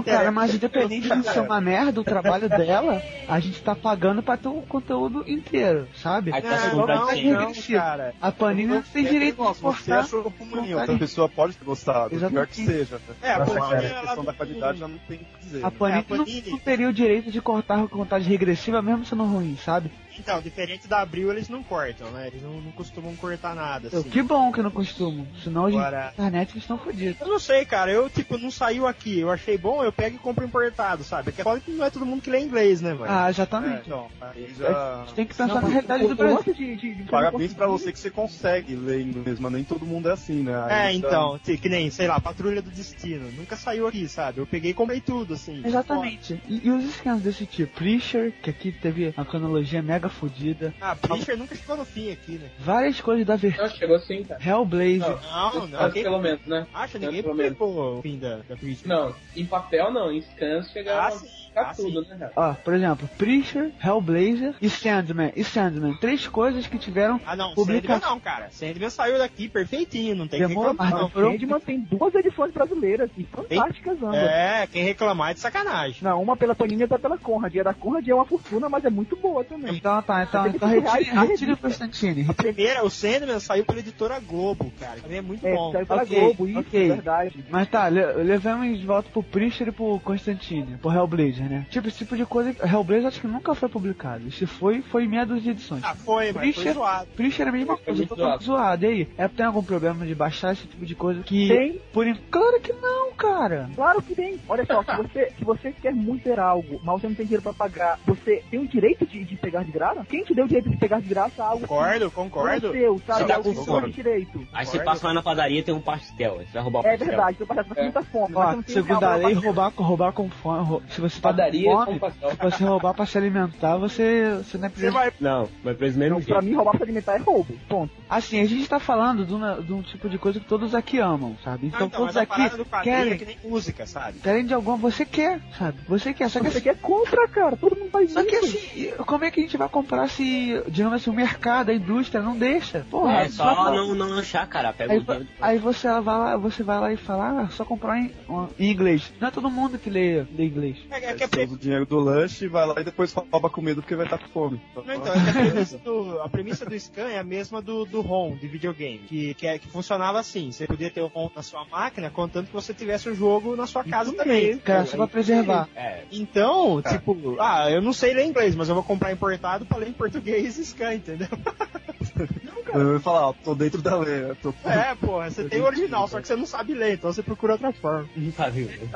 K: interessa.
B: é
C: cara, mas independente de ser uma merda o trabalho dela, a gente tá pagando pra ter o conteúdo inteiro, sabe? É,
B: Aí tá
K: Não,
B: sendo
K: não,
B: contradição.
C: não,
K: não, cara.
C: A Panini não tem
E: É
B: um
C: direito de
E: negócio, Você
C: cortar.
E: achou opinião,
C: cortar
E: outra pessoa pode gostar, do pior
C: Exatamente.
E: que seja. né?
K: É,
I: Nossa,
K: porque
E: Mas
I: cara,
E: a
K: ela
E: questão da qualidade já não tem o que dizer.
C: A
E: né?
C: Panini,
K: É, a
C: não-
K: Panini.
C: Não, teria o direito de cortar com contagem regressiva, mesmo sendo ruim, sabe?
K: Então, diferente da abril, eles não cortam, né? Eles não, não costumam cortar nada,
C: Eu,
K: assim.
C: que bom que eu não costumo. Senão hoje
K: Agora-
C: na internet eles estão fodidos.
K: Eu não sei, cara. Eu, tipo, não saiu aqui. Eu achei bom, eu pego e compro importado, sabe? Que é foda que não é todo mundo que lê inglês, né, velho?
C: Ah,
E: É,
C: exatamente.
E: então, aí já...
C: A gente tem que pensar na
J: mas
C: realidade
J: o-
C: do
J: o
C: Brasil.
J: lance de- de- de-
E: Parabéns pra você que você consegue ler inglês, mas nem todo mundo é assim, né? Aí
K: É,
E: já-
K: então, ti- que nem, sei lá, Patrulha do Destino. Nunca saiu aqui, sabe? Eu peguei e comprei tudo, assim.
C: Exatamente. E, e os esquemas desse tipo? Preacher, que aqui teve a cronologia mega fodida.
K: Ah, Preacher nunca chegou no fim aqui, né?
C: Várias coisas da versão
D: não, chegou assim, cara.
C: Hellblazer.
D: Não,
K: Não, não.
D: Mas
K: Quem
D: pelo menos, né?
K: acha?
D: Não,
K: Ninguém
D: pelo menos.
K: publicou o fim da, da Preacher.
D: Não, em papel não, em scans
K: Ah,
D: chegaram
K: sim.
D: a
K: Ah,
D: ficar tudo,
K: sim.
D: né, cara?
C: Ó, por exemplo, Preacher, Hellblazer e Sandman. E Sandman. Três coisas que tiveram.
K: Ah, não.
C: Publica-
K: Sandman não, cara. Sandman saiu daqui perfeitinho. Não tem que
C: Demorou,
K: reclamar,
C: mas
K: não.
C: demorou.
J: Sandman tem duas edições brasileiras e fantásticas ambas.
K: É, quem reclamar é de sacanagem.
J: Não, uma pela Panini e outra pela Conrad. E a da Conrad é uma fortuna, mas é muito boa também.
C: Então tá, então,
J: Tem que
C: então
J: reais
C: retire,
J: na
C: retire o
J: revista.
C: Constantine.
K: A primeira, o Sandman saiu pela editora Globo, cara. Também é muito
J: É,
K: bom.
J: saiu pela
C: ok,
J: Globo, isso,
C: ok.
J: é verdade.
C: Mas tá, le- levamos de volta pro Preacher e pro Constantine, pro Hellblazer, né? Tipo, esse tipo de coisa. Hellblazer acho que nunca foi publicado. Se foi, foi em meia dúzia de edições.
K: Ah, foi, mas foi
C: Preacher-
K: zoado.
C: Preacher é a mesma
D: Foi
C: coisa,
D: muito
C: todo mundo zoado. E aí? É, tem algum problema de baixar esse tipo de coisa que.
J: Tem,
C: Por en- Claro que não, cara.
J: claro que tem. Olha só, se você, se você quer muito ter algo, mas você não tem dinheiro pra pagar, você tem o direito de, de pegar de graça? Quem te deu o direito de pegar de graça algo?
K: Concordo,
J: que não
K: concordo.
J: É seu, sabe?
B: Você tá
J: Algo que
B: com
J: não é
B: fome.
J: direito.
B: Aí você passa lá na padaria e tem um pastel. Aí você vai roubar o
J: É
B: pastel.
J: verdade, seu parceiro, você tem muita fome. mas você
C: Ó,
J: não tem
C: segundo
J: algo
C: a
J: pra
C: lei,
J: pagar.
C: roubar, roubar com fome. rou- Se você tá
D: Padaria
C: fome,
D: com pastel.
C: se você roubar pra se alimentar, você, você não é
K: Você
C: preso.
K: vai.
B: Não, mas pelo mesmo
J: Então, pra
B: jeito.
J: mim, roubar pra alimentar é roubo. Ponto.
C: Assim, a gente tá falando de uma- de um, tipo de coisa que todos aqui amam, sabe? Então,
K: Não, então,
C: todos
K: mas a parada do
C: aqui
K: quadrinho é
C: querem.
K: que nem música, sabe?
C: Querem de alguma, você quer, sabe? Você quer, só que
J: Isso
C: assim,
J: aqui é compra, cara. Todo mundo faz
C: só que
J: isso.
C: assim, como é que a gente vai comprar se, digamos assim, o mercado, a indústria não deixa? Porra,
L: É só
C: pra-
L: não, não lanchar, cara. Pega
C: Aí,
L: o dinheiro.
C: aí você vai lá, você vai lá e fala, ah, só comprar em, em inglês. Não é todo mundo que lê, lê inglês.
K: É, é que é
E: Você usa o dinheiro do lanche, vai lá e depois rouba comida porque vai estar com fome.
K: Não, então, é que a, premissa do, a premissa do Scan é a mesma do, do ROM, de videogame, que, que, é- que funcionava assim, você podia ter o ROM na sua máquina, contanto que você tivesse o jogo na sua casa também.
C: Cara, só pra preservar.
K: É. Então, tipo, ah, eu não sei ler inglês, mas eu vou comprar importado pra ler em português e Scan, entendeu?
E: Eu ia falar, ó, tô dentro da lei, eu tô
K: É, porra, você tem o original, só que você não sabe ler, então você procura outra forma.
E: tá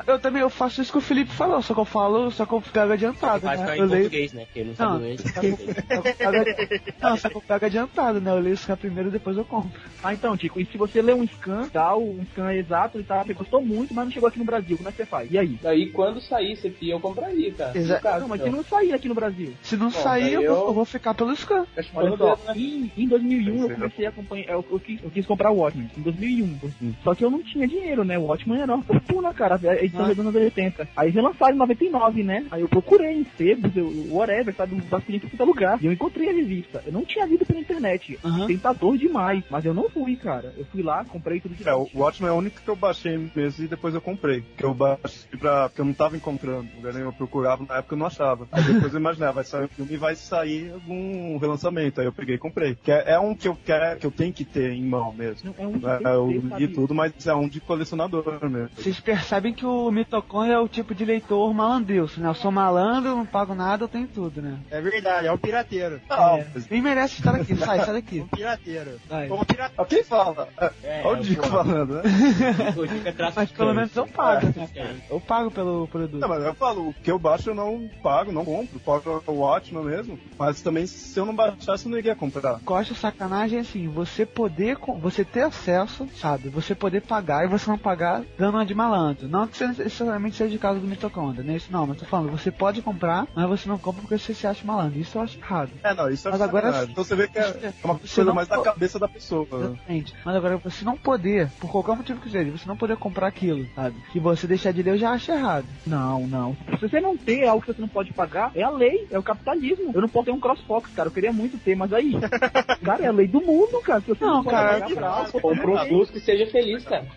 C: Eu também eu faço isso que o Felipe falou, só que eu falo, só que eu pego adiantado,
L: Faz ficar
C: né?
L: em
C: Eu leio,
L: português, né? Porque não sabe
C: Não. tá
L: ler, fica em português.
C: só que eu pego adi- não, só que eu pego adiantado, né? Eu leio isso primeiro, depois eu compro.
J: Ah, então, Tico, e se você lê um scan, tal, um scan exato e tal, você gostou muito, mas não chegou aqui no Brasil, como é que você faz? E aí?
D: Daí quando saísse aqui, eu compraria, cara.
C: Exa-
D: No caso,
J: Não, mas se
D: então.
J: não sair aqui no Brasil.
C: Se não
D: Bom,
C: sair,
D: daí
C: eu, vou-
D: eu-
C: eu vou ficar pelo scan.
D: Tá chupando
J: Olha só,
D: dedo, né?
J: em, em 2001 eu comecei a acompanhar, é, eu, eu quis, eu quis comprar o Watchmen, em 2001.
C: Uhum.
J: Só que eu não tinha dinheiro, né? O Watchmen era uma fortuna, cara, a edição é
C: Ah.
J: dos anos 80. Aí relançaram em 99, né? Aí eu procurei em sebos, eu, whatever, sabe, um bastante em todo lugar. E eu encontrei a revista. Eu não tinha vindo pela internet,
C: Aham.
J: tentador demais, mas eu não fui, cara. Eu fui lá, comprei tudo de
E: É, o Watchmen é o único que eu baixei mesmo e depois eu comprei. Que eu baixei pra. porque eu não tava encontrando. Lugar nenhum, eu procurava, na época eu não achava. Aí depois eu imaginava, vai sair um filme e vai sair algum relançamento. Aí eu peguei e comprei. Que é, é um que eu quero, que eu tenho que ter em mão mesmo.
J: Não, é um
E: É, eu li tudo, mas é um de colecionador mesmo.
C: Vocês percebem que o mitocôndrio é o tipo de leitor malandrilso, né? Eu sou malandro, não pago nada, eu tenho tudo, né?
K: É verdade, é o pirateiro.
E: Não,
C: Nem merece estar aqui, sai, sai daqui.
K: O pirateiro.
C: Sai.
K: Como pirata...
E: mas quem fala? É,
L: É,
E: olha o Dico falando, né? É.
L: O Dico é traço
C: Mas
L: de
C: pelo
L: cães.
C: menos eu pago, né? Eu pago pelo produto.
E: Não, mas eu falo, o que eu baixo eu não pago, não compro. Pago o Watchmen mesmo. Mas também, se eu não baixasse, eu não iria comprar.
C: que eu acho sacanagem é assim, você poder, co- você ter acesso, sabe? Você poder pagar e você não pagar dando uma de malandro. Não que isso necessariamente seja o caso do mitocôndrio, né? Isso não, mas tô falando, você pode comprar, mas você não compra porque você se acha malandro. Isso eu acho errado.
E: É, não, isso é
C: Mas agora-
E: sacanagem. Então você vê que é uma
C: Você
E: coisa
C: não
E: mais da
C: pode-
E: cabeça da pessoa.
C: Exatamente. Mas agora, você não poder, por qualquer motivo que seja, você não poder comprar aquilo, sabe? E você deixar de ler, eu já acho errado.
J: Não, não. Se você não ter algo que você não pode pagar, é a lei, é o capitalismo. Eu não posso ter um CrossFox, cara. Eu queria muito ter, mas aí. cara, é a lei do mundo, cara. Se você
C: Não,
J: não, pode
C: cara,
J: pagar pra algo,
D: Compra um flusco e seja feliz, cara.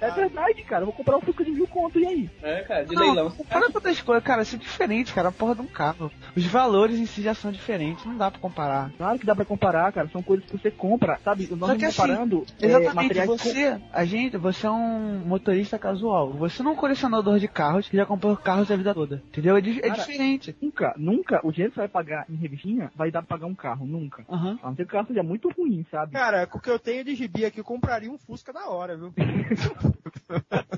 J: é verdade, cara. Eu vou comprar um suco de mil conto, e aí?
D: É, cara, de
C: Não,
D: leilão. você
C: Para todas as coisas, cara, isso é diferente, cara. A porra de um carro. Os valores em si já são diferentes, não dá pra comparar.
J: Claro que dá pra comparar, cara. São coisas que você compra, sabe? Nós
C: Só que
J: estamos
C: assim,
J: comparando é,
C: Exatamente,
J: materiais com-
C: você, a gente, você é um motorista casual, você não é um colecionador de carros que já comprou carros a vida toda, entendeu? É, di- é
J: Cara,
C: diferente.
J: Nunca, nunca, o dinheiro que você vai pagar em revistinha vai dar pra pagar um carro, nunca.
C: Aham.
J: A não ser que o carro seja muito ruim, sabe?
K: Cara, com o que eu tenho de gibi aqui, eu compraria um Fusca da hora, viu?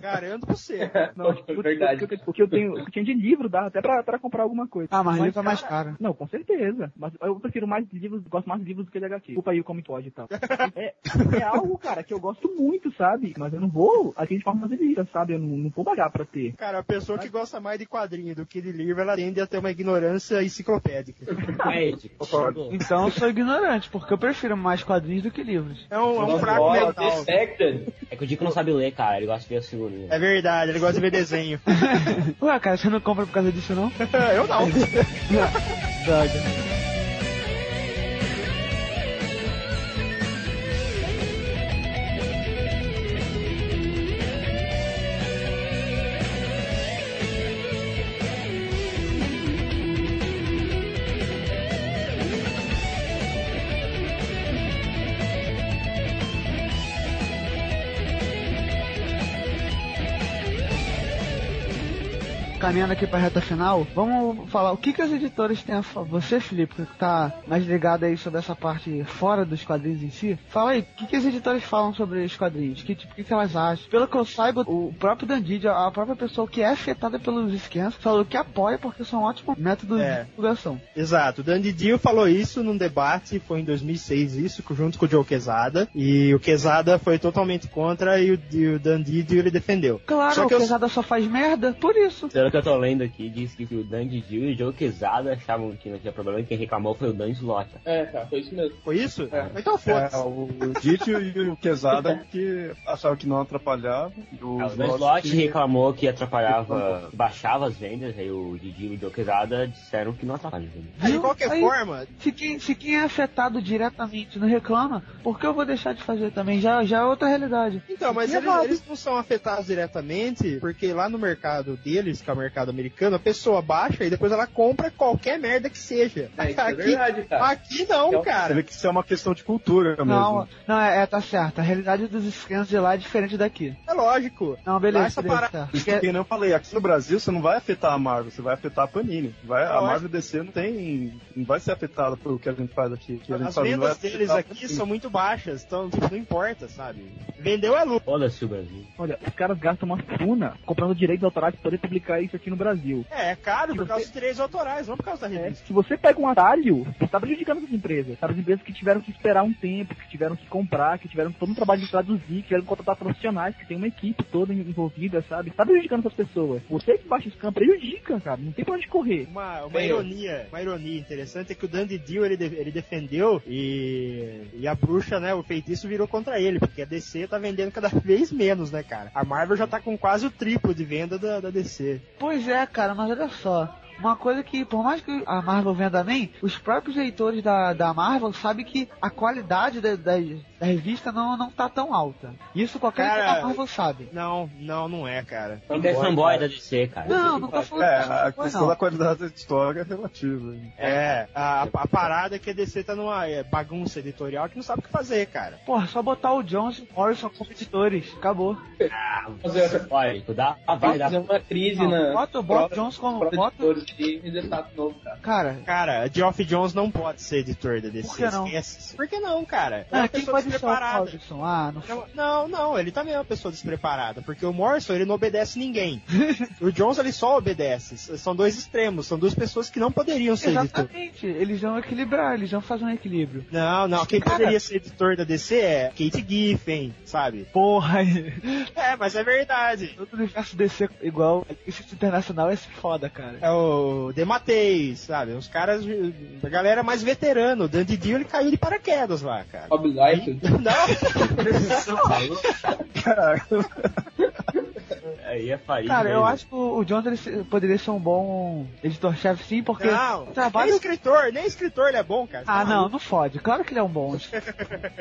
K: Garanto pra você.
J: Não, o, o-
D: É verdade.
J: o que eu- o que eu tenho, o que eu tinha de livro dá até pra, pra comprar alguma coisa.
C: Ah, mas,
J: Mas,
C: livro é mais caro.
J: Não, com certeza. Mas eu prefiro mais livros, gosto mais de livros do que de HQ. Desculpa aí o Comic Pod e tal. é, é algo, cara, que eu gosto muito, sabe? Mas eu não vou aqui de forma delícia, sabe? Eu não, não vou pagar pra ter.
K: Cara, a pessoa que gosta mais de quadrinho do que de livro, ela tende a ter uma ignorância enciclopédica.
L: É, Dico.
C: Então eu sou ignorante, porque eu prefiro mais quadrinhos do que livros.
K: É um, é um
D: Nossa,
K: fraco
D: olha,
K: mental.
D: Dissected.
L: É que o Dico não sabe ler, cara. Ele gosta de ver né? as figurinhas.
K: É verdade, ele gosta de ver desenho.
C: Ué, cara, você não compra por causa disso, não?
K: eu não.
C: Droga. Caminhando aqui pra reta final, vamos falar o que, que as editoras têm a falar. Você, Felipe, que tá mais ligado aí sobre essa parte fora dos quadrinhos em si, fala aí, o que, que as editoras falam sobre os quadrinhos? Que tipo, o que, que elas acham? Pelo que eu saiba, o próprio Dandidio, a própria pessoa que é afetada pelos esquemas, falou que apoia porque são ótimos métodos
K: É.
C: de divulgação.
K: Exato, o Dandy Dio falou isso num debate, foi em 2006 isso, junto com o Joe Quesada, e o Quesada foi totalmente contra e o, e o Dandy Dio ele defendeu.
C: Claro,
K: Só que
C: o
K: eu- É.
C: pesada só faz merda por isso.
L: Será
B: que eu tô lendo aqui diz que o Dandy Dio e o Joe Quesada achavam que não tinha problema e quem reclamou foi o Dan Slota.
D: É, cara, foi isso mesmo.
K: Foi isso?
D: Então
E: É, o Didi e o Quesada que achavam que não atrapalhava. E o
B: Ah, O Dan
E: Slot
B: Slot
E: que-
B: reclamou que atrapalhava, que baixava as vendas, aí o Didi e o Joe Quesada disseram que não atrapalha.
C: De qualquer forma. Se quem, se quem é afetado diretamente não reclama, por que eu vou deixar de fazer também? Já, já é outra realidade.
K: Então, mas
C: E é
K: eles,
C: válido.
K: eles não são afetados diretamente, porque lá no mercado deles, que é o mercado americano, a pessoa baixa e depois ela compra qualquer merda que seja.
D: É, isso é verdade, cara.
K: Aqui não,
D: Então,
E: Você
K: cara.
E: vê que isso é uma questão de cultura mesmo.
C: Não, não, é, é, tá certo. A realidade dos esquemas de lá é diferente daqui.
K: É lógico.
C: Não, beleza.
K: Lá essa
C: beleza,
K: parada-
C: tá.
E: Isso que nem eu falei, aqui no Brasil você não vai afetar a Marvel, você vai afetar a Panini. Vai, a
K: Eu
E: Marvel DC não tem. não vai ser afetada pelo que a gente faz aqui. que a gente
K: As
E: faz, não vai
K: vendas
E: afetar
K: deles
E: a
K: aqui
E: Panini.
K: são muito baixas, então tipo, não importa, sabe? Vendeu é lucro.
B: Foda-se o Brasil.
J: Olha, os caras gastam uma fortuna comprando direitos autorais pra poder publicar isso aqui no Brasil.
K: É, é caro por causa dos direitos autorais, não por causa da
J: É,
K: revista.
J: se você pega um atalho, você tá prejudicando essas empresas. Sabe, as empresas que tiveram que esperar um tempo, que tiveram que comprar, que tiveram todo um trabalho de traduzir, que tiveram que contratar profissionais, que tem uma equipe toda envolvida, sabe? Tá prejudicando essas pessoas. Você que baixa o scan prejudica, cara. Não tem pra onde correr.
K: Uma, uma
D: Bem,
K: ironia, uma ironia interessante é que o Dandy Dio ele, de- ele defendeu e, e a bruxa, né, o feitiço virou contra ele, porque a DC tá vendendo cada vez menos, né, cara? A Marvel já tá com quase o triplo de venda da, da DC.
C: Pois é, cara, mas olha só. Uma coisa que, por mais que a Marvel venda bem, os próprios leitores da, da Marvel sabem que a qualidade da, da- da revista não, não tá tão alta. Isso qualquer
K: Cara,
C: leitor da Marvel sabe.
K: Não, não, não é, cara.
B: Ainda é fanboy da DC, cara.
C: Não, não tá falando
E: É,
C: de
E: a
C: fanboy,
E: questão
C: não.
E: da qualidade da história é relativa.
K: É, a, a parada é que a DC tá numa é, bagunça editorial que não sabe o que fazer, cara.
C: Porra, só botar o Johnson Morrison como editores. Acabou.
K: Ah,
D: fazer,
B: Olha, tu dá, ah, vai, dá.
D: fazer uma crise né?
C: Não,
D: na.
C: bota o Bob Johnson como. Bota,
D: produtores e resetar de novo, cara.
C: cara,
K: Cara, Geoff Jones não pode ser editor da DC.
C: Por que não?
K: Esquece. Por que não, cara? É
C: ah,
K: uma
C: quem
K: pessoa
C: pode ser o
K: despreparada.
C: Robinson? Ah, não sei.
K: Não, Não, não, ele também é uma pessoa despreparada, porque o Morrison ele não obedece ninguém. o Jones ele só obedece. S- São dois extremos, são duas pessoas que não poderiam ser editor.
C: Exatamente. Eles vão equilibrar, eles vão fazer um equilíbrio.
K: Não, não, quem poderia ser editor da DC é Kate Giffen, sabe?
C: Porra,
K: É, mas é verdade.
C: todo universo DC igual esse internacional é foda, cara.
K: É o Dematei, sabe? Os caras, a galera mais veterana, o Dandy Dio ele caiu de paraquedas lá, cara.
D: Bob Life.
K: Não,
B: Aí é farinha.
C: Cara, eu
B: né?
C: acho que o o Jones ele se- poderia ser um bom editor-chefe, sim, porque
K: não,
C: o
K: nem
C: trabalho.
K: escritor, nem escritor ele é bom, cara.
C: Ah, não, não fode. Claro que ele é um bom. O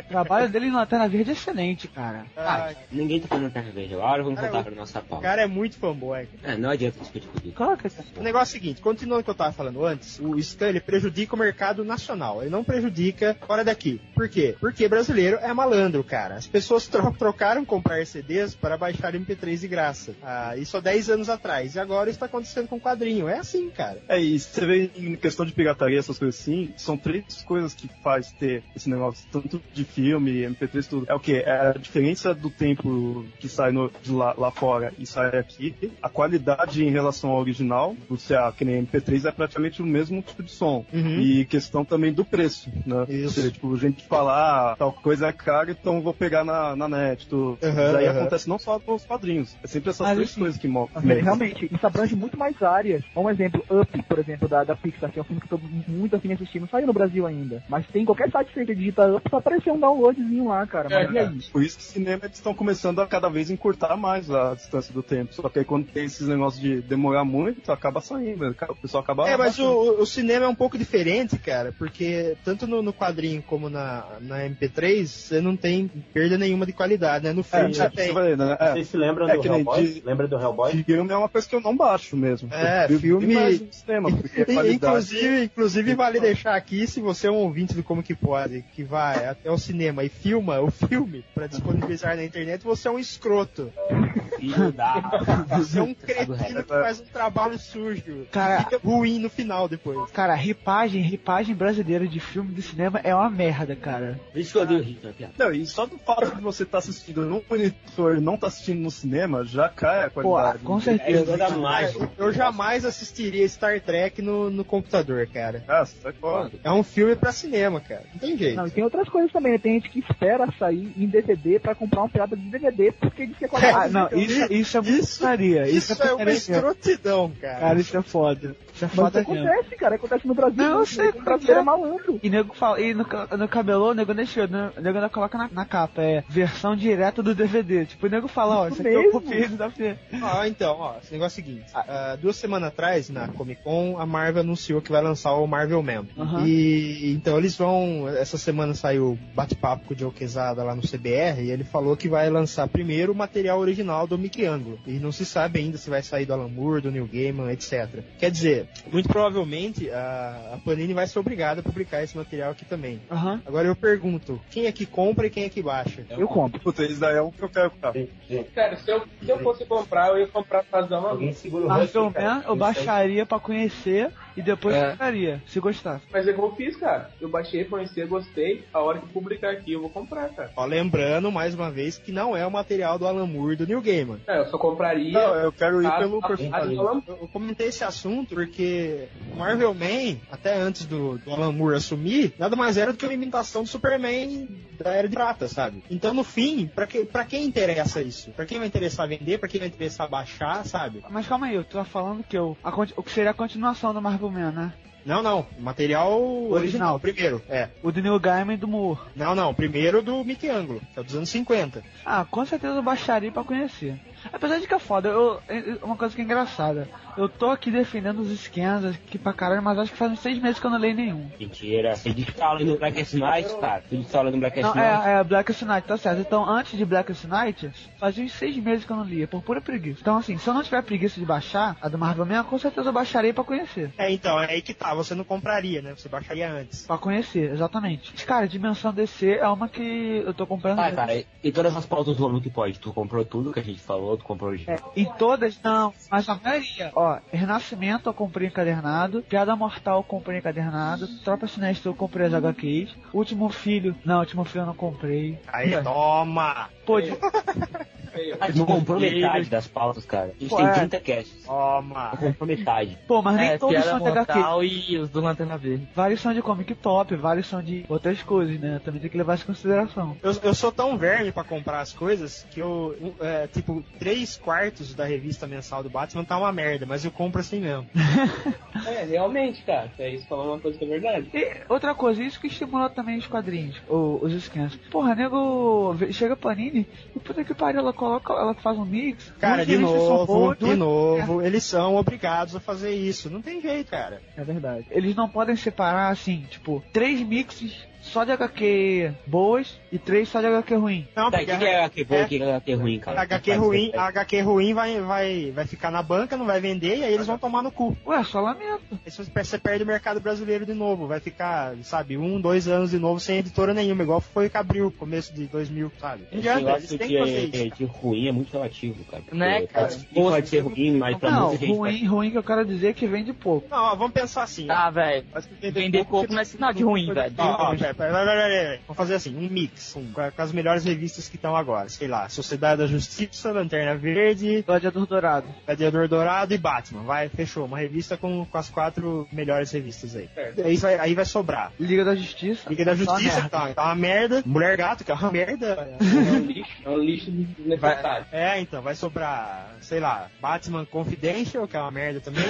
C: trabalho dele no Lanterna Verde é excelente, cara.
K: Ah,
B: Ninguém tá fazendo terra verde agora, vamos
K: Cara,
B: voltar
K: eu-
B: pra nossa
K: o
B: pauta.
K: cara é muito fanboy, cara.
B: É, não adianta discutir com isso.
C: Claro que
K: O negócio é o seguinte, continuando o que eu tava falando antes, o scan ele prejudica o mercado nacional, ele não prejudica fora daqui. Por quê? Porque brasileiro é malandro, cara. As pessoas tro- trocaram comprar CDs para baixar MP3 de graça. Ah, isso há 10 anos atrás. E agora isso tá acontecendo com quadrinho. É assim, cara.
E: É, e você vê em questão de pirataria, essas coisas assim, são três coisas que faz ter esse negócio, tanto de filme, MP3, tudo. É o quê? É a diferença do tempo que sai no- de lá, lá fora e sai aqui, a qualidade em relação ao original, do CA, que nem MP3, é praticamente o mesmo tipo de som. E questão também do preço, né?
K: Uhum. Isso.
E: Ou seja, tipo, gente falar "Ah, tal coisa é cara, então vou pegar na, na net, tudo.
K: Aham,
E: Isso aí
K: aham.
E: acontece não só com os quadrinhos, é sempre essas
C: Mas,
E: três
C: assim,
E: coisas que mo-
J: Mas, Realmente, isso abrange muito mais áreas. Um exemplo, Up, por exemplo, da, da Pixar, que é um filme que eu tô muito afim de assistir, não saiu no Brasil ainda. Mas tem qualquer site que você digita Up, só aparecer um downloadzinho lá, cara. Mas
E: É,
J: é e aí?
E: Por isso que cinema eles estão começando a cada vez encurtar mais a distância do tempo. Só que aí quando tem esses negócios de demorar muito, acaba saindo, acaba- o pessoal acaba.
K: É, mas o, o- o cinema é um pouco diferente, cara, porque tanto no, no quadrinho como na, na MP3, você não tem perda nenhuma de qualidade, né? No
E: É,
K: filme
E: é,
K: você
E: você
K: tem.
E: vai, né?
I: Vocês se lembram
E: É
I: do
E: que nem
I: Hellboy?
E: diz-
I: Lembra do Hellboy?
E: É, filme é uma coisa que eu não baixo mesmo.
K: É,
E: Eu
K: filme-
E: vi mais no cinema, porque a qualidade.
K: Inclusive, inclusive vale deixar aqui, se você é um ouvinte do Como Que Pode, que vai até o cinema e filma o filme pra disponibilizar na internet, você é um escroto.
B: Filho da.
K: Você é um cretino que faz um trabalho sujo.
C: Cara-
K: Fica ruim no final depois.
C: Cara, ripagem, ripagem brasileira de filme do cinema é uma merda, cara.
B: Por isso que eu odeio o Hitler, piada.
E: Não, e só do fato de você estar assistindo num monitor e não estar assistindo no cinema, já cai a
C: Pô,
E: qualidade.
C: com
B: É
C: certeza.
B: toda mágica.
K: Eu jamais assistiria Star Trek no, no computador, cara.
E: Ah, sai fora.
K: É um filme pra cinema, cara. Não tem jeito.
J: Não, e tem outras coisas também, né? Tem gente que espera sair em DVD pra comprar um pirata de DVD porque diz que é qualidade.
C: Ah, não, isso Isso, isso é putaria. Isso,
K: isso Então, é uma
C: putaria.
K: escrotidão, cara.
C: Cara, isso é foda. Isso é
K: Mas
C: foda
K: isso
C: mesmo.
J: Acontece, cara, acontece no Brasil.
C: Não, eu
J: né?
C: sei
J: O
C: como
J: brasileiro
C: é.
J: é malandro.
C: E nego fala, e no, ca- no cabelo, o nego deixou, né? o nego ainda coloca na, na capa, é versão direta do DVD. Tipo, o nego fala, ó, isso aqui eu
K: mesmo?
C: copiei do DVD.
K: Ah, então, ó, esse negócio é o seguinte. ah, duas semanas atrás, na Comic Con, a Marvel anunciou que vai lançar o Marvel Man.
C: Aham.
K: E então eles vão. Essa semana saiu bate-papo com o Joe Quesada lá no CBR e ele falou que vai lançar primeiro o material original do Mick Anglo. E não se sabe ainda se vai sair do Alan Moore, do Neil Gaiman, etc. Quer dizer, muito provavelmente a, a Panini vai ser obrigada a publicar esse material aqui também.
C: Aham.
K: Agora eu pergunto, quem é que compra e quem é que baixa?
C: Eu compro.
E: Puta, isso daí é um que eu quero comprar.
D: Cara, se eu, se eu fosse comprar, eu ia comprar pra dar uma.
I: Alguém segura o
C: Marvel
I: Hulk, cara.
C: Man, Ah, né? eu
I: Isso
C: baixaria pra conhecer e depois
E: É.
C: compraria, se gostasse.
D: Mas é como eu fiz, cara. Eu baixei, conheci, gostei. A hora que publicar aqui, eu vou comprar, cara.
K: Ó, lembrando, mais uma vez, que não é o material do Alan Moore e do Neil Gaiman.
D: É, eu só compraria.
E: Não, eu quero ir
D: a-
E: pelo
D: a-
E: perfil.
D: a-
E: ali.
D: Alan-
K: Eu eu comentei esse assunto porque Marvel Man, até antes do, do Alan Moore assumir, nada mais era do que uma imitação do Superman da Era de Prata, sabe? Então, no fim, pra, que, pra quem interessa isso? Pra quem vai interessar vender? Pra quem vai interessar baixar, sabe?
C: Mas calma aí, eu tô falando que eu, a conti- o que seria a continuação do Marvel Man, né?
K: Não, não. Material original,
C: Original.
K: primeiro. É.
C: O do Neil Gaiman e do Moore.
K: Não, não. Primeiro do Mickey Anglo, que é o dos anos 50.
C: Ah, com certeza eu baixaria pra conhecer. Apesar de que é foda, eu, é- é uma coisa que é engraçada. Eu tô aqui defendendo os esquemas aqui pra caralho, mas acho que faz uns seis meses que eu não leio nenhum.
L: Mentira. Você diz que tá lendo Black Night, cara. Você diz que tá lendo Black
C: Não,
L: Night.
C: é, é Blackest Night, tá certo. Então, antes de Blackest Night, fazia uns seis meses que eu não lia, por pura preguiça. Então, assim, se eu não tiver preguiça de baixar a do Marvel Man, com certeza eu baixarei pra conhecer.
K: É, então, é aí que tá. Você não compraria, né? Você baixaria antes.
C: Pra conhecer, exatamente. Mas, Cara, Dimensão DC é uma que eu tô comprando.
L: Ah, cara, e- e todas as pautas do homem que pode. Tu comprou tudo que a gente falou, tu comprou hoje.
C: É, em todas, não, mas a maioria. Ó, Renascimento eu comprei encadernado, Piada Mortal eu comprei encadernado, Tropa Sinistra eu comprei as HQs, Último Filho, não, Último Filho eu não comprei.
K: Aí, toma!
C: Pô, de-
D: Feio.
L: Ah, tu comprou metade das pautas, cara. A gente
C: Pô,
L: tem
C: é.
L: 30 casts. Tu
K: Toma!
L: comprou metade.
C: pô mas nem
M: É,
C: todos
M: Piada
C: são de HQ.
M: Mortal e os do Lanterna Verde.
C: Vários são de comic pop, vários são de outras coisas, né? Também tem que levar isso em consideração.
K: Eu, eu sou tão verme pra comprar as coisas que eu, um, é, tipo, três quartos da revista mensal do Batman tá uma merda, mas eu compro assim mesmo.
D: É, realmente, cara. É isso falando uma coisa que é verdade.
C: E outra coisa, isso que estimulou também os quadrinhos, o- os esquemas. Porra, nego vê- chega Panini e puta que pariu, ela coloca, ela faz um mix.
K: Cara,
C: duas
K: de
C: revistas são
K: novo,
C: boas, né?
K: de
C: duas-
K: novo, eles são obrigados a fazer isso. Não tem jeito, cara.
C: É verdade. Eles não podem separar assim, tipo, três mixes só de HQ boas e três só de HQ ruim.
L: Tá,
K: Não,
L: o
K: porque
L: que, que é HQ bom e o que que é HQ ruim,
K: a
L: cara?
K: HQ é ruim, a HQ ruim vai, vai, vai ficar na banca, não vai vender, e aí eles vão tomar no cu.
C: Ué, só lamento.
K: Aí você per- você perde o mercado brasileiro de novo, vai ficar, sabe, um, dois anos de novo sem editora nenhuma, igual foi Cabril, começo de 2000, sabe? Não
L: Esse
K: adianta, eles
L: negócio
K: têm que fazer
L: de,
K: isso.
L: de, de ruim é muito relativo, cara. porque
M: Né, cara?
L: pode- Pode ser ruim, mas pra
C: não,
L: muita gente vai
C: ruim, ruim que eu quero dizer é que vende pouco.
K: Não, ó, vamos pensar assim. ó.
D: Ah,
M: Tá, velho.
K: Acho que
M: Vender pouco
K: tipo,
M: não é sinal de ruim, velho.
K: Ó, ó, pera, pera, pera, pera, pera. Vamos fazer assim, um mix um, com a- com as melhores revistas que estão agora. Sei lá, Sociedade da Justiça, Lanterna Verde,
C: Gladiador Dourado.
K: Gladiador Dourado e Batman. Vai, fechou. Uma revista com, com as quatro melhores revistas aí. Aí vai, aí vai sobrar.
C: Liga da Justiça.
K: Liga da
C: Só
K: Justiça,
C: merda.
K: tá, tá uma merda. Mulher Gato, que é uma merda.
D: É um lixo, é um lixo desnecessário.
K: É, então, vai sobrar, sei lá, Batman Confidential, que é uma merda também.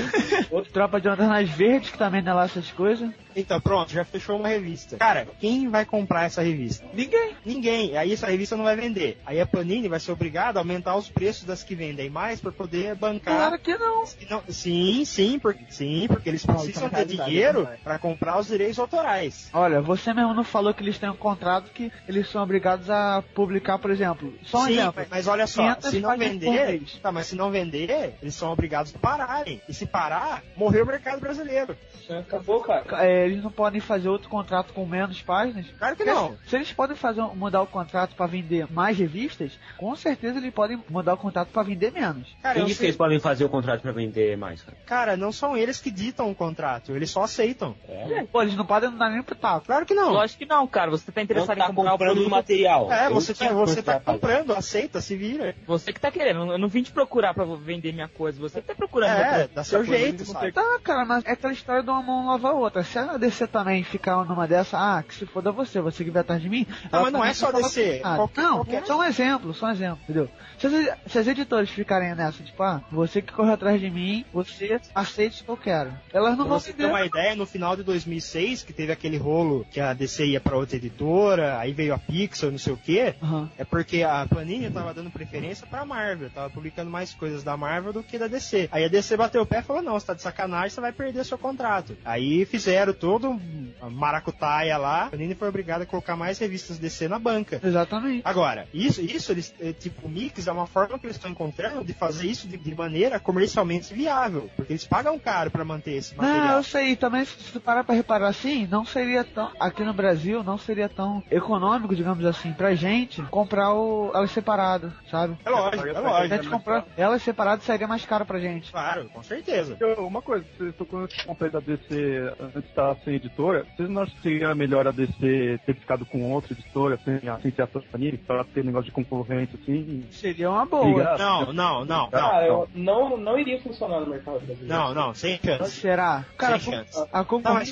C: Tropa de Lanternas Verdes, que também não é lá essas coisas.
K: Então, pronto, já fechou uma revista. Cara, quem vai comprar essa revista?
C: Ninguém.
K: Ninguém. Aí essa revista não vai vender. Aí a Panini vai ser obrigada a aumentar os preços das que vendem mais para poder bancar.
C: Claro que não.
K: as que não- Sim, sim, porque sim, porque eles
M: Não,
K: precisam
M: isso é
K: ter
M: uma realidade,
K: dinheiro
M: não vai.
K: para comprar os direitos autorais.
C: Olha, você mesmo não falou que eles têm um contrato que eles são obrigados a publicar, por exemplo. Só um
K: sim,
C: exemplo.
K: mas, mas olha só,
C: 500
K: se não
C: páginas por
K: vender,
C: mês.
K: tá, mas se não vender, eles são obrigados a pararem. E se parar, morreu o mercado brasileiro.
D: Acabou, cara.
C: É, eles não podem fazer outro contrato com menos páginas.
K: Claro que não.
C: Se eles podem fazer um, mudar o contrato pra vender mais revistas, com certeza eles podem mudar o contrato pra vender menos.
K: Cara,
L: Quem
K: eu
L: disse que eles
K: sei,
L: podem fazer o contrato pra vender mais, cara?
K: cara, não são eles que ditam o contrato, eles só aceitam.
C: É. Pô, eles não podem dar nem um pro taco.
K: Claro que não.
M: Lógico que não, cara. Você tá
L: Não
M: interessado
L: tá
M: em comprar o
L: comprando
M: produto.
L: material.
K: É,
L: Eu
K: você,
L: tinha
K: tá, você tá comprando, aceita, se vira.
M: Você que tá querendo, eu não vim te procurar pra vender minha coisa, você que tá procurando.
K: É,
M: minha coisa.
K: dá seu jeito, sabe?
C: Tá, cara, mas é aquela história de uma mão lava a outra. Se a DC também ficar numa dessa, ah, que se foda você, você que vai atrás de mim.
K: Não,
C: ela
K: mas não é
C: também
K: só
C: fala
K: DC,
C: assim, Ah,
K: qualquer-
C: não,
K: qualquer-
C: só um exemplo, só um exemplo, entendeu? Se, as- se as editoras ficarem nessa, tipo, ah, você que corre atrás de mim, você aceita o que eu quero. Elas não
K: Pra
C: vão
K: você
M: tá
K: ter
C: vender.
K: uma ideia, no final de 2006, que teve aquele rolo que a DC ia pra outra editora, aí veio a Pixar, não sei o quê, é porque a Panini tava dando preferência pra Marvel, tava publicando mais coisas da Marvel do que da DC. Aí a DC bateu o pé e falou, não, você tá de sacanagem, você vai perder seu contrato. Aí fizeram todo um- a maracutaia lá, a Panini foi obrigada a colocar mais revistas DC na banca.
C: Exatamente.
K: Agora, isso, isso eles, é, tipo, o Mix é uma forma que eles estão encontrando de fazer isso de, de maneira comercialmente viável, porque eles pagam caro pra manter esse material.
C: Não, eu sei, também se tu parar pra reparar assim, não seria tão. Aqui no Brasil, não seria tão econômico, digamos assim, pra gente comprar o, elas separado, sabe?
K: É lógico, é lógico.
C: A gente comprar elas separado seria mais caro pra gente.
K: Claro, com certeza.
E: Uma coisa, vocês estão com esse conceito da DC antes de estar sem editora, vocês não acham que seria melhor a DC ter ficado com outra editora, sem a licenciação da Panini, pra ter negócio de concorrência assim?
C: Seria uma
E: boa. Obrigado.
K: Não, não, não,
D: Cara,
K: não.
D: eu não, não iria funcionar no mercado brasileiro.
K: Não, não, sem chance.
C: Será? ah. Cara,
K: sem
C: a-
K: chance.
C: a
K: Não, Tá, mas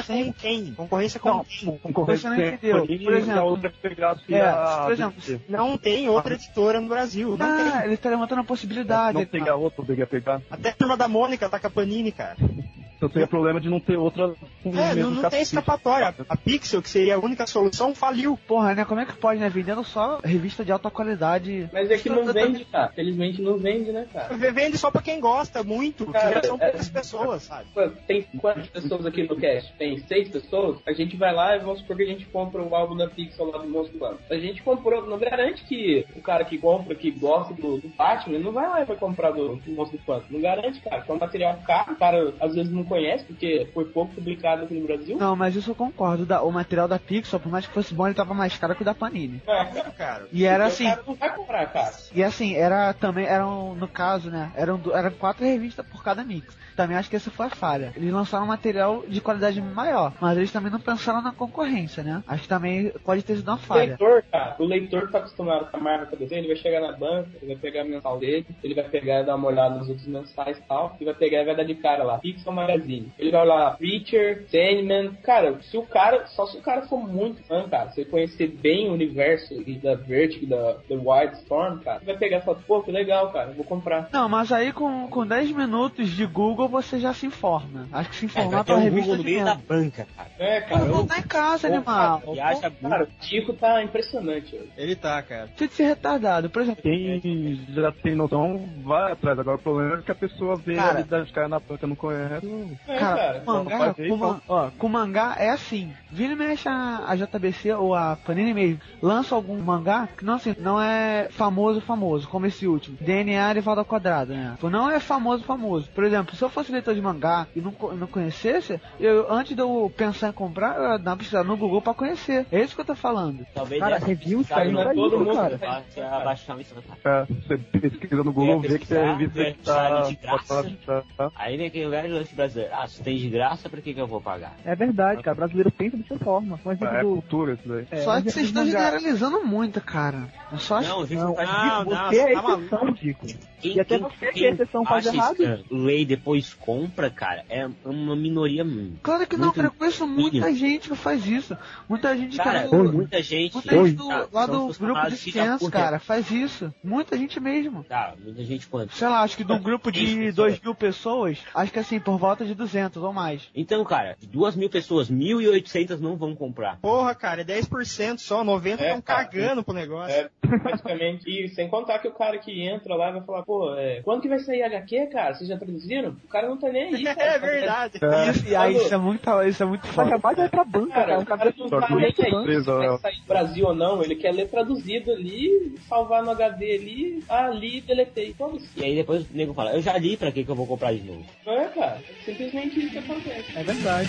K: concorrência
C: ela sempre-
K: com quem? Concorrência com quem?
C: Você não entendeu. Por exemplo,
E: que
C: é,
E: a
C: por exemplo,
K: não tem outra editora no Brasil. Não
C: Ah,
K: tem.
C: ele tá levantando a possibilidade.
E: não pegar outra, obrigar a pegar.
K: Até a turma da Mônica tá com a Panini, cara.
E: Então seria problema de não ter outra. com o
K: É, não,
E: mesmo
K: não tem
E: capítulo.
K: escapatória. A Pixel, que seria a única solução, faliu.
C: Porra, né? Como é que pode, né? Vendendo só revista de alta qualidade.
D: Mas é que não
K: Tá,
D: vende, cara. Felizmente não vende, né, cara?
K: Vende só pra quem gosta muito,
D: Cara,
K: que são
D: é-
K: poucas pessoas, sabe?
D: Mano, Tem quantas pessoas aqui no cast? Tem seis pessoas? A gente vai lá e vamos supor que a gente compra o álbum da Pixel lá do Monstro Humano. A gente comprou, não garante que o cara que compra, que gosta do, do Batman, não vai lá e vai comprar do, do Monstro Humano. Não garante, cara. Que é um material caro, o cara às vezes não conhece, porque foi pouco publicado aqui no Brasil.
C: Não, mas isso eu concordo. da- O material da Pixel, por mais que fosse bom, ele tava mais caro que o da Panini.
K: É, cara.
C: E era
D: Então,
C: assim-
D: O cara não vai comprar, cara.
C: E assim, era também, eram, no caso, né? Eram, du- eram quatro revistas por cada mix. Também acho que essa foi a falha. Eles lançaram um material de qualidade maior, mas eles também não pensaram na concorrência, né? Acho que também pode ter sido uma
D: O
C: falha.
D: leitor, cara, o leitor que tá acostumado com a marca com a desenho, ele vai chegar na banca, ele vai pegar a mensal dele, ele vai pegar e dar uma olhada nos outros mensais e tal, e vai pegar e vai dar de cara lá, Pixel Magazine. Ele vai olhar Preacher, Sandman, cara, se o cara, só se o cara for muito fã, cara, se ele conhecer bem o universo e da Vertigo, da, da Wildstorm, cara, ele vai pegar e falar, pô, que legal, cara, vou comprar.
C: Não, mas aí com, com 10 minutos de Google você já se informa. Acho que se
D: vai
C: informar
D: ter
C: Então, pra
D: um
C: revista
D: Google no
C: de
D: meio
C: merda.
D: da
K: banca, cara.
D: É,
C: Pô,
D: cara, eu...
C: voltar em casa, animal.
D: Cara, cara, o Tico tá impressionante. velho.
K: Ele tá, cara.
C: Você de ser retardado, por exemplo.
E: Quem já tem noção vai atrás. Agora o problema é que a pessoa vê
C: Cara.
E: a realidade cara na banca, não conhece.
D: É,
C: Cara, com
E: Não,
C: mangá,
E: faz aí,
C: com, man-
E: fala.
C: ó, com mangá é assim. Vira e mexe a, a JBC ou a Panini mesmo. Lança algum mangá que não, assim, não é famoso, famoso, como esse último. DNA de Valda Quadrado, né? Tipo, Não é famoso, famoso. Por exemplo, se eu fosse leitor de mangá e não, co- não conhecesse, eu antes de eu pensar em comprar, eu ia dar uma pesquisada no Google pra conhecer. É isso que eu tô falando.
L: Talvez
C: Cara,
L: essa
C: reviews
L: pesquisada
C: saíram
L: não
C: pra
L: todo
C: isso,
L: mundo
C: cara.
L: faça abaixar isso.
I: Uh,
E: É, você pesquisa no
L: É,
E: Google, vê que a revista tá, que tá.
L: pesquisar, de graça. Aí naquele lugar de lance brasileiro. Ah, se tem de graça, pra que, que eu vou pagar?
J: É verdade, cara. O brasileiro pensa dessa forma. Um exemplo
E: É
J: do-
E: cultura isso daí.
J: É,
C: só
J: um
C: que vocês
J: exemplo do
C: estão
J: mangá.
C: generalizando muito, cara. Eu só acho
L: Não, gente,
J: Não,
L: tá-
J: não,
L: não,
J: você é
L: tá
J: a
L: maluco.
J: exceção, Dico.
L: Quem-
J: E até
L: quem-
J: você que é
L: quem
J: a exceção faz
L: acha
J: errado.
L: scan, Lê e depois compra, cara, é uma minoria. hum,
C: Claro que não,
L: muito
C: cara. Eu conheço muita
L: mínima.
C: gente que faz isso. Muita gente
L: Cara,
C: que é do-
L: muita gente.
C: Muita gente do,
L: tá, são
C: lá do grupo de
L: funcionários que já
C: ciências,
L: correram.
C: cara, faz isso. Muita gente mesmo.
L: Tá, muita gente quanto?
C: Sei lá, acho que de um grupo
L: Isso, é.
C: de
L: pessoal.
C: 2 mil pessoas, acho que assim, por volta de 200 ou mais.
L: Então, cara, de duas mil pessoas, 1.800 não vão comprar.
K: Porra, cara, é 10% só, 90%
D: É,
K: estão
D: cara.
K: cagando pro negócio.
D: É, praticamente. E sem contar que o cara que entra lá vai falar, pô, é, quando que vai sair HQ, cara? Vocês já traduziram? O cara não tá nem aí. cara.
K: É verdade.
C: Isso, e aí, isso é muito, isso é muito
J: Vai
C: foda.
J: acabar de ir pra banca, cara.
D: Cara,
J: O
D: o cara
J: cabelo
D: não
E: Só
D: tá
E: que
D: nem aí
E: muita
D: se
E: surpresa,
D: vai
E: né?
D: sair do Brasil ou não, ele quer ler traduzido ali, salvar no HD ali, ah, li e deletei. Como isso?
L: E aí depois o nego fala, eu já li, pra que, que eu vou comprar de novo?
D: Não é, cara? Simplesmente isso que acontece.
C: É verdade.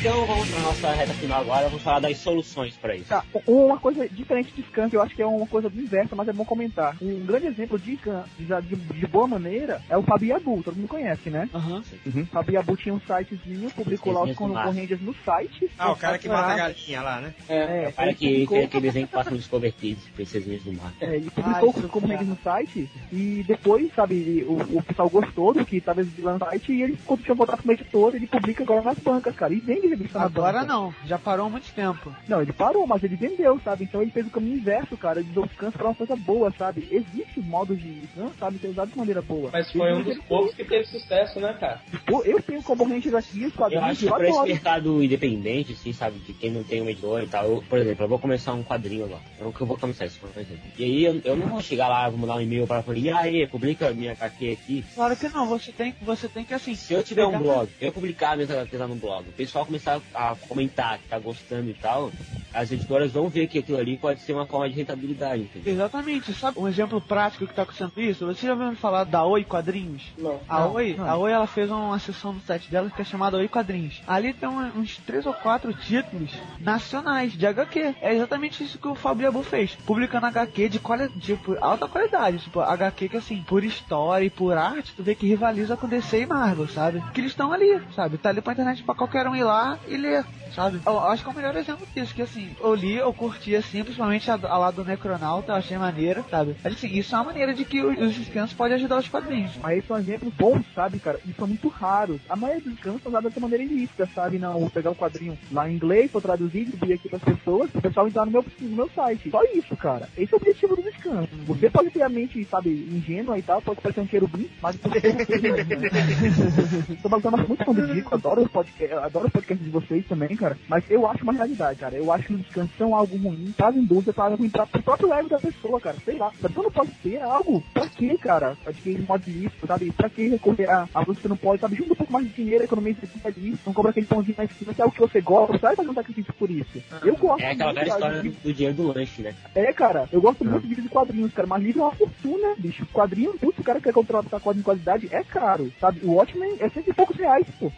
L: Então vamos
B: pra nossa reta final agora, vamos falar das soluções pra isso.
J: Tá, uma coisa diferente de Scan, que eu acho que é uma coisa do inverso, mas é bom comentar. Um grande exemplo de Scan, de, de boa maneira, é o Fabiabu, todo mundo conhece, né? Aham. Fabiabu tinha um sitezinho, publicou lá os
B: Esse mesmo massa.
J: concorrentes no site.
K: Ah, o cara que mata a
J: galera.
K: galinha lá, né?
J: É,
B: É, o cara
J: ele
B: que
J: publicou-
B: tem aquele desenho que passa nos Discover Kids, Princesinhas do Mar.
J: É, ele publicou os concorrentes no site e depois, sabe, ele- o, o pessoal gostou do que tava exibindo lá no site e ele conseguiu voltar pra uma editora, ele publica agora nas bancas, cara, e vende revista na
C: Agora
J: banca.
C: não, já parou há muito tempo.
J: Não, ele parou, mas ele vendeu, sabe? Então ele fez o caminho inverso, cara. Ele deu descanso pra uma coisa boa, sabe? Existe modo de não, sabe? Ser usado de maneira boa.
D: Mas foi um dos poucos que teve sucesso, né, cara?
J: Pô, eu tenho componentes aqui, os
B: Eu
J: quadrinhos,
B: acho
J: eu,
B: que pra esse
J: adoro.
B: mercado independente, assim, sabe, de quem não tem uma editora e tal, eu, por exemplo, eu vou começar um quadrinho agora. É o que eu vou começar isso, por exemplo. E aí eu, eu não vou chegar lá, vou mandar um e-mail pra falar, e aí, publica minha HQ aqui.
C: Claro que não, você tem, você tem que assim.
B: Se eu tiver um blog, eu publicar minhas HQs lá no blog, o pessoal começar a comentar que tá gostando e tal, as editoras vão ver que aquilo ali pode ser uma forma de rentabilidade, entendeu?
C: Exatamente, sabe um exemplo prático que tá acontecendo isso? Você já ouviu falar da Oi Quadrinhos?
D: Não.
C: A
D: Não,
C: Oi,
D: não.
C: a Oi ela fez uma sessão do site dela que é chamada Oi Quadrinhos. Ali tem um- uns três ou quatro títulos nacionais de HQ. É exatamente isso que o Fabio Abu fez. Publicando HQ de quali tipo, alta qualidade. Tipo, HQ que assim, por história e por arte, tu vê que rivaliza com DC e Marvel, sabe? Que eles estão ali, sabe? Tá ali pra internet pra qualquer um ir lá e ler, sabe? Eu acho que é o melhor exemplo disso, que assim, eu li, eu curti assim, principalmente a, do- a lá do Necronauta, eu achei maneira, sabe? Mas assim, isso é uma maneira de que os, os scans podem ajudar os quadrinhos.
J: Mas isso é um exemplo bom, sabe, cara? Isso é muito raro. A maioria dos canos são usados dessa maneira ilícita, sabe? Não, vou pegar um quadrinho lá em inglês, vou traduzir, distribuir aqui pras pessoas, o pessoal entrar no meu, no meu site. Só isso, cara. Esse é o objetivo do descanso. Você pode ter a mente, sabe, ingênua e tal, pode parecer um querubim, mas você Tô balançando muito fundo disso, adoro os podcast, adoro os podcasts de vocês também, cara. Mas eu acho uma realidade, cara. Eu acho que os descansos são algo ruim, trazem dúvida, trazem ruim pra, pro próprio ego da pessoa, cara. Sei lá. Mas tu não pode ter algo. Pra quê, cara? Adquirir modo lícito, sabe? Pra que recorrer a algo que você não pode, sabe? Junta um pouco mais de dinheiro, economia de cima disso. Não compra aquele pãozinho na esquina, que é o que você gosta. Sai fazendo sacrifício por isso. Eu gosto.
B: É aquela
J: muito,
B: velha
J: cara,
B: história
J: de-
B: do, do dinheiro do lanche, né?
J: é, cara, eu gosto muito de livro de quadrinhos, cara, mas livro é uma fortuna, bicho. Quadrinho, putz, se o cara quer contratar quadrinho de qualidade, é caro, sabe? O Watchmen é cento e poucos reais, pô.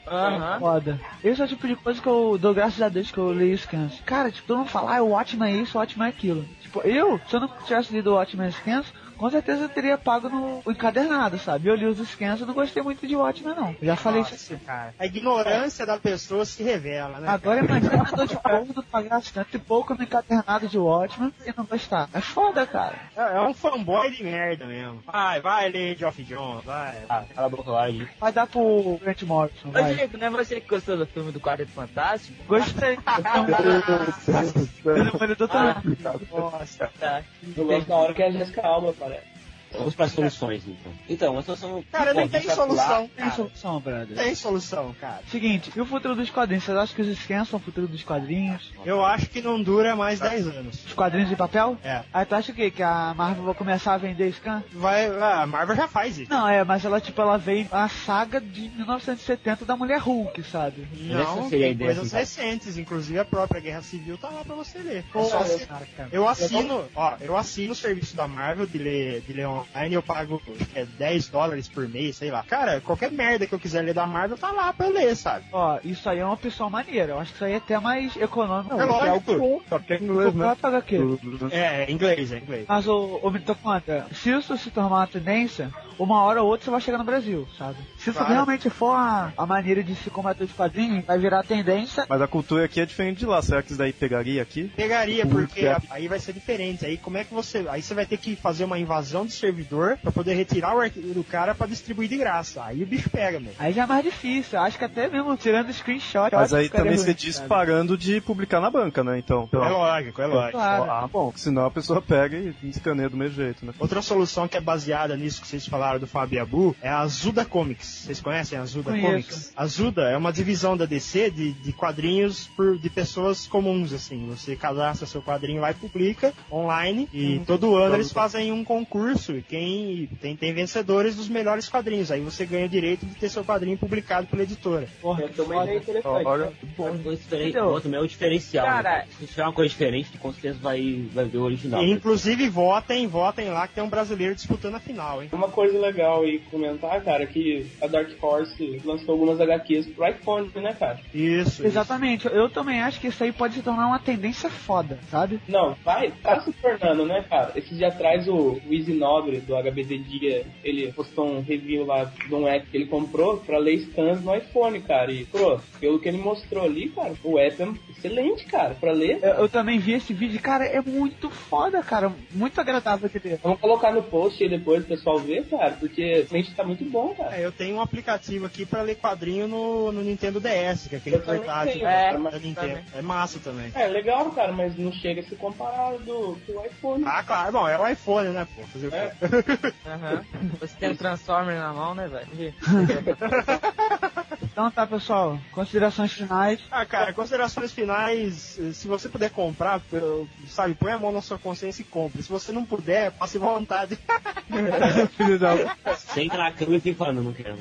C: Foda. Esse é o tipo de coisa que eu dou graças a Deus que eu li Scans. Cara, tipo, todo mundo fala, ah, o Watchman é isso, o Watchman é aquilo. Tipo, eu, se eu não tivesse lido o Watchman Scans, com certeza eu teria pago no o encadernado, sabe? Eu li os Scans e não gostei muito de Watchman, não. Eu Já falei isso assim.
K: Cara, a ignorância da pessoa se revela, né?
C: Agora imagina a dor de povo do pagar tanto e pouco no encadernado de Watchman e não gostar. É foda, cara.
K: É é um fanboy de merda mesmo. Vai, vai, Lady of John, vai.
B: Ah, cala a boca lá, gente.
C: Vai dar pro Grant
M: Ô,
C: Morrison, vai.
M: Diego, não é você que gostou do filme do Quarteto Fantástico?
C: Gostei.
D: Ah,
C: Demolidor também.
K: Nossa.
M: Tá.
D: Eu gosto da hora que a Jessica Alba aparece.
B: Vamos pras soluções, então. Então, a solução...
K: Cara,
B: Pô,
K: não tem
B: vamos calcular.
K: solução,
C: Tem
K: um cara.
C: solução, brother.
K: Tem solução, cara.
C: Seguinte, e o futuro dos quadrinhos? Vocês acham que os scans são o futuro dos quadrinhos?
K: Eu acho que não dura É mais 10 anos.
C: Os quadrinhos de papel?
K: É.
C: Aí tu acha o quê? Que a Marvel vai começar a vender scan?
K: Vai, a Marvel já faz isso.
C: Não, é, mas ela, tipo, ela veio a saga de 1970 da Mulher Hulk, sabe?
K: Não,
B: essa seria a
K: tem
B: ideia,
K: coisas
B: assim,
K: recentes, inclusive a própria Guerra Civil tá lá pra você ler. É
C: Pô,
K: só
C: olha,
K: você-
C: cara, cara.
K: Eu assino, ó, eu assino o serviço da Marvel de ler, de ler online, eu pago acho que é 10 dólares por mês, sei lá. Cara, qualquer merda que eu quiser ler da Marvel tá lá pra eu ler, sabe?
C: Ó, isso aí é uma opção maneira. Eu acho que isso aí é até mais econômico.
K: é lógico.
E: Só que é
C: O
E: inglês, né?
C: próprio HQ.
K: É, é inglês, é inglês.
C: Mas o, o Mitocondria, se isso se tornar uma tendência, uma hora ou outra você vai chegar no Brasil, sabe? Se isso
K: Claro.
C: realmente for a, a maneira de se combater os quadrinhos, vai virar tendência.
E: Mas a cultura aqui é diferente de lá. Será que isso daí pegaria aqui?
K: Pegaria, porque a- aí vai ser diferente. Aí como é que você. Aí você vai ter que fazer uma invasão de servidor pra poder retirar o arquivo do cara pra distribuir de graça. Aí o bicho pega, meu.
C: Aí já é mais difícil. Eu Acho que até mesmo tirando screenshot. eu
E: Mas
C: acho que
E: aí
C: ficaria
E: também
C: ruim,
E: você
C: sabe?
E: diz parando de publicar na banca, né? Então.
K: É lógico, é lógico.
C: Claro.
E: Ah, bom, senão a pessoa pega e escaneia do mesmo jeito, né?
K: Outra solução que é baseada nisso que vocês falaram do Fabiabu é a Azuda Comics. Vocês conhecem a Azuda
C: Conheço.
K: Comics? A Azuda é uma divisão da DC de, de quadrinhos por- de pessoas comuns, assim. Você cadastra seu quadrinho lá e publica online. E todo ano eles fazem um concurso e quem tem, tem vencedores dos melhores quadrinhos. Aí você ganha o direito de ter seu quadrinho publicado pela editora.
D: É,
M: Então,
D: também é interessante.
E: Olha,
B: Coisa diferente,
C: Entendeu?
B: outro meu é o diferencial.
M: Cara-
B: né? Se tiver uma coisa diferente, com certeza vai, vai ver o original.
K: E, inclusive votem, votem lá que tem um brasileiro disputando a final, hein?
D: Uma coisa legal e comentar, cara, é que a Dark Horse lançou algumas HQs pro iPhone, né, cara?
K: Isso.
C: Exatamente, eu também acho que isso aí pode se tornar uma tendência foda, sabe?
D: Não, vai, tá se tornando, né, cara? Esses dias atrás o, o Easy Nobre do HBD Dia, ele postou um review lá de um app que ele comprou pra ler scans no iPhone, cara. E, pô, pelo que ele mostrou ali, cara, o app é excelente, cara, pra ler.
C: Eu, eu também vi esse vídeo, cara, é muito foda, cara, muito agradável de ler.
D: Vamos colocar no post aí depois o pessoal ver, cara, porque realmente tá muito bom, cara.
K: É, eu tenho um aplicativo aqui pra ler quadrinho no, no Nintendo DS, que é aquele
D: Eu também
K: portátil
D: tenho,
K: da-
D: cara, mas
K: da Nintendo.
D: também.
K: É massa também.
D: É legal, cara, mas não chega a se comparar do, do iPhone. É.
K: Ah, claro, bom, é o iPhone, né, pô? Fazer o quê?
M: Aham. Você tem um Transformer na mão, né, velho?
C: Então tá, pessoal, considerações finais.
K: Ah, cara, considerações finais, eh, se você puder comprar, eu- sabe, põe a mão na sua consciência e compre. Se você não puder, passe vontade.
C: Filho da...
B: Senta na cama e fica falando, não quero.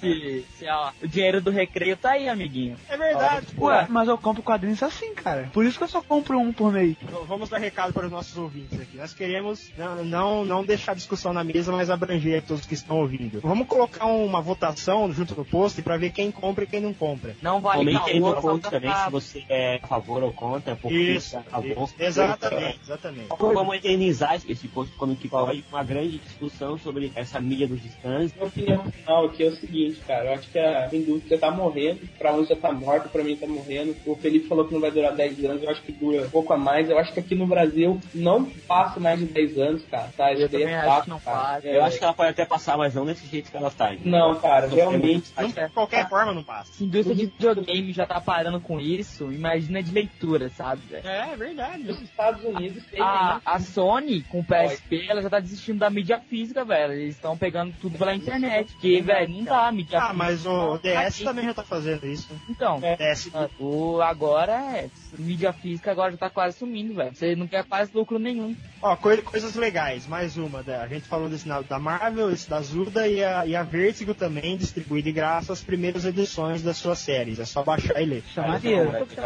M: Se, se, ó, o dinheiro do recreio tá aí, amiguinho.
K: É verdade, pô.
C: Ué, mas eu compro quadrinhos assim, cara. Por isso que eu só compro um por mês.
K: V- Então, Vamos dar recado para os nossos ouvintes aqui. Nós queremos não, não, não deixar a discussão na mesa, mas abranger todos que estão ouvindo. Vamos colocar uma votação junto no post para ver quem compra e quem não compra.
M: Não vale
B: Comente aí no
M: caô,
B: post também se
M: sapato.
B: você é a favor ou contra, porque
K: Isso,
B: é a favor.
K: Exatamente, exatamente.
B: Então, Vamos eternizar esse post como que pode uma grande discussão sobre essa mídia dos scans.
D: Minha opinião final aqui é o seguinte, cara. Eu acho que a indústria tá morrendo. Pra uns já tá morto, pra mim tá morrendo. O Felipe falou que não vai durar 10 anos. Eu acho que dura um pouco a mais. Eu acho que aqui no Brasil não passa mais de 10 anos, cara. Tá? Isso
M: Eu
D: daí é
M: também acho
D: fato,
M: que não
D: cara.
M: passa.
D: É,
B: Eu acho que ela pode até passar, mas não desse jeito que ela tá.
D: Não, cara, realmente.
K: Não- de qualquer forma, não passa.
M: Se a indústria de videogame já tá parando com isso, imagina de leitura, sabe, velho?
K: É verdade. Ah.
D: Nos Estados Unidos tem
M: A,
D: né?
M: a Sony, com o PSP, ela já tá desistindo da mídia física, velho. Eles estão pegando tudo pela internet. Porque, velho, não dá a mídia
K: Ah,
M: física.
K: mas o DS
M: Aqui.
K: também já tá fazendo isso. É.
M: Então,
K: DS
M: o, agora é. Mídia física agora já tá quase sumindo, velho. Você não quer quase lucro nenhum.
K: Ó, coi- coisas legais, mais uma. né? A gente falou desse na- da Marvel, esse da Zuda e a, e a Vertigo também distribui de graça as primeiras edições das suas séries. É só baixar e ler.
C: Isso é
B: Então,
C: maneiro.
J: Isso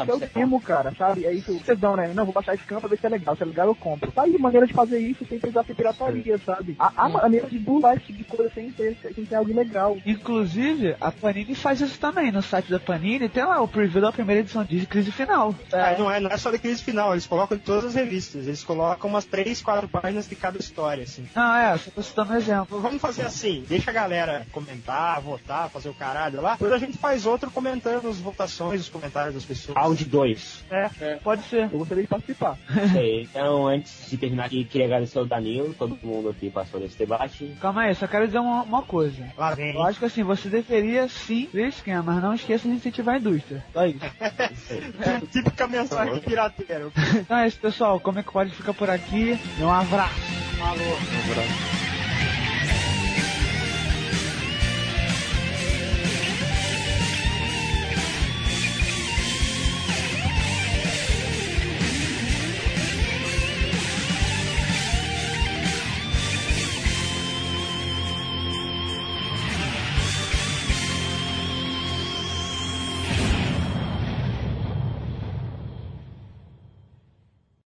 J: é o
B: sabe,
J: primo, cara, sabe? É isso que vocês dão, né? Não, vou baixar esse campo pra ver se é legal. Se é legal, eu compro. Tá aí maneira de fazer isso sem precisar ter pirataria, sabe? A, a maneira de burlar esse tipo de coisa sem ter, sem ter algo legal.
C: Inclusive, a Panini faz isso também. No site da Panini tem lá o preview da primeira edição de Crise Final.
K: Ah, não, é, não é só da crise final, eles colocam em todas as revistas. Eles colocam umas três, quatro páginas de cada história, assim.
C: Não, é, só tô citando um exemplo.
K: Vamos fazer assim, deixa a galera comentar, votar, fazer o caralho lá. Depois a gente faz outro comentando as votações, os comentários das pessoas. É,
B: Round 2.
C: É, Pode ser.
J: Eu gostaria de participar.
B: Isso aí. Então, antes de terminar aqui, queria agradecer ao Danilo, todo mundo aqui passou nesse debate.
C: Calma aí, só quero dizer uma, uma coisa.
K: Lá vem.
C: Eu acho que assim, você deveria sim ler esquema, mas não esqueça de incentivar a indústria. Só isso. É.
K: Típica mensagem pirateira.
C: Então é isso, pessoal. Como é que pode ficar por aqui? Um abraço.
K: Falou.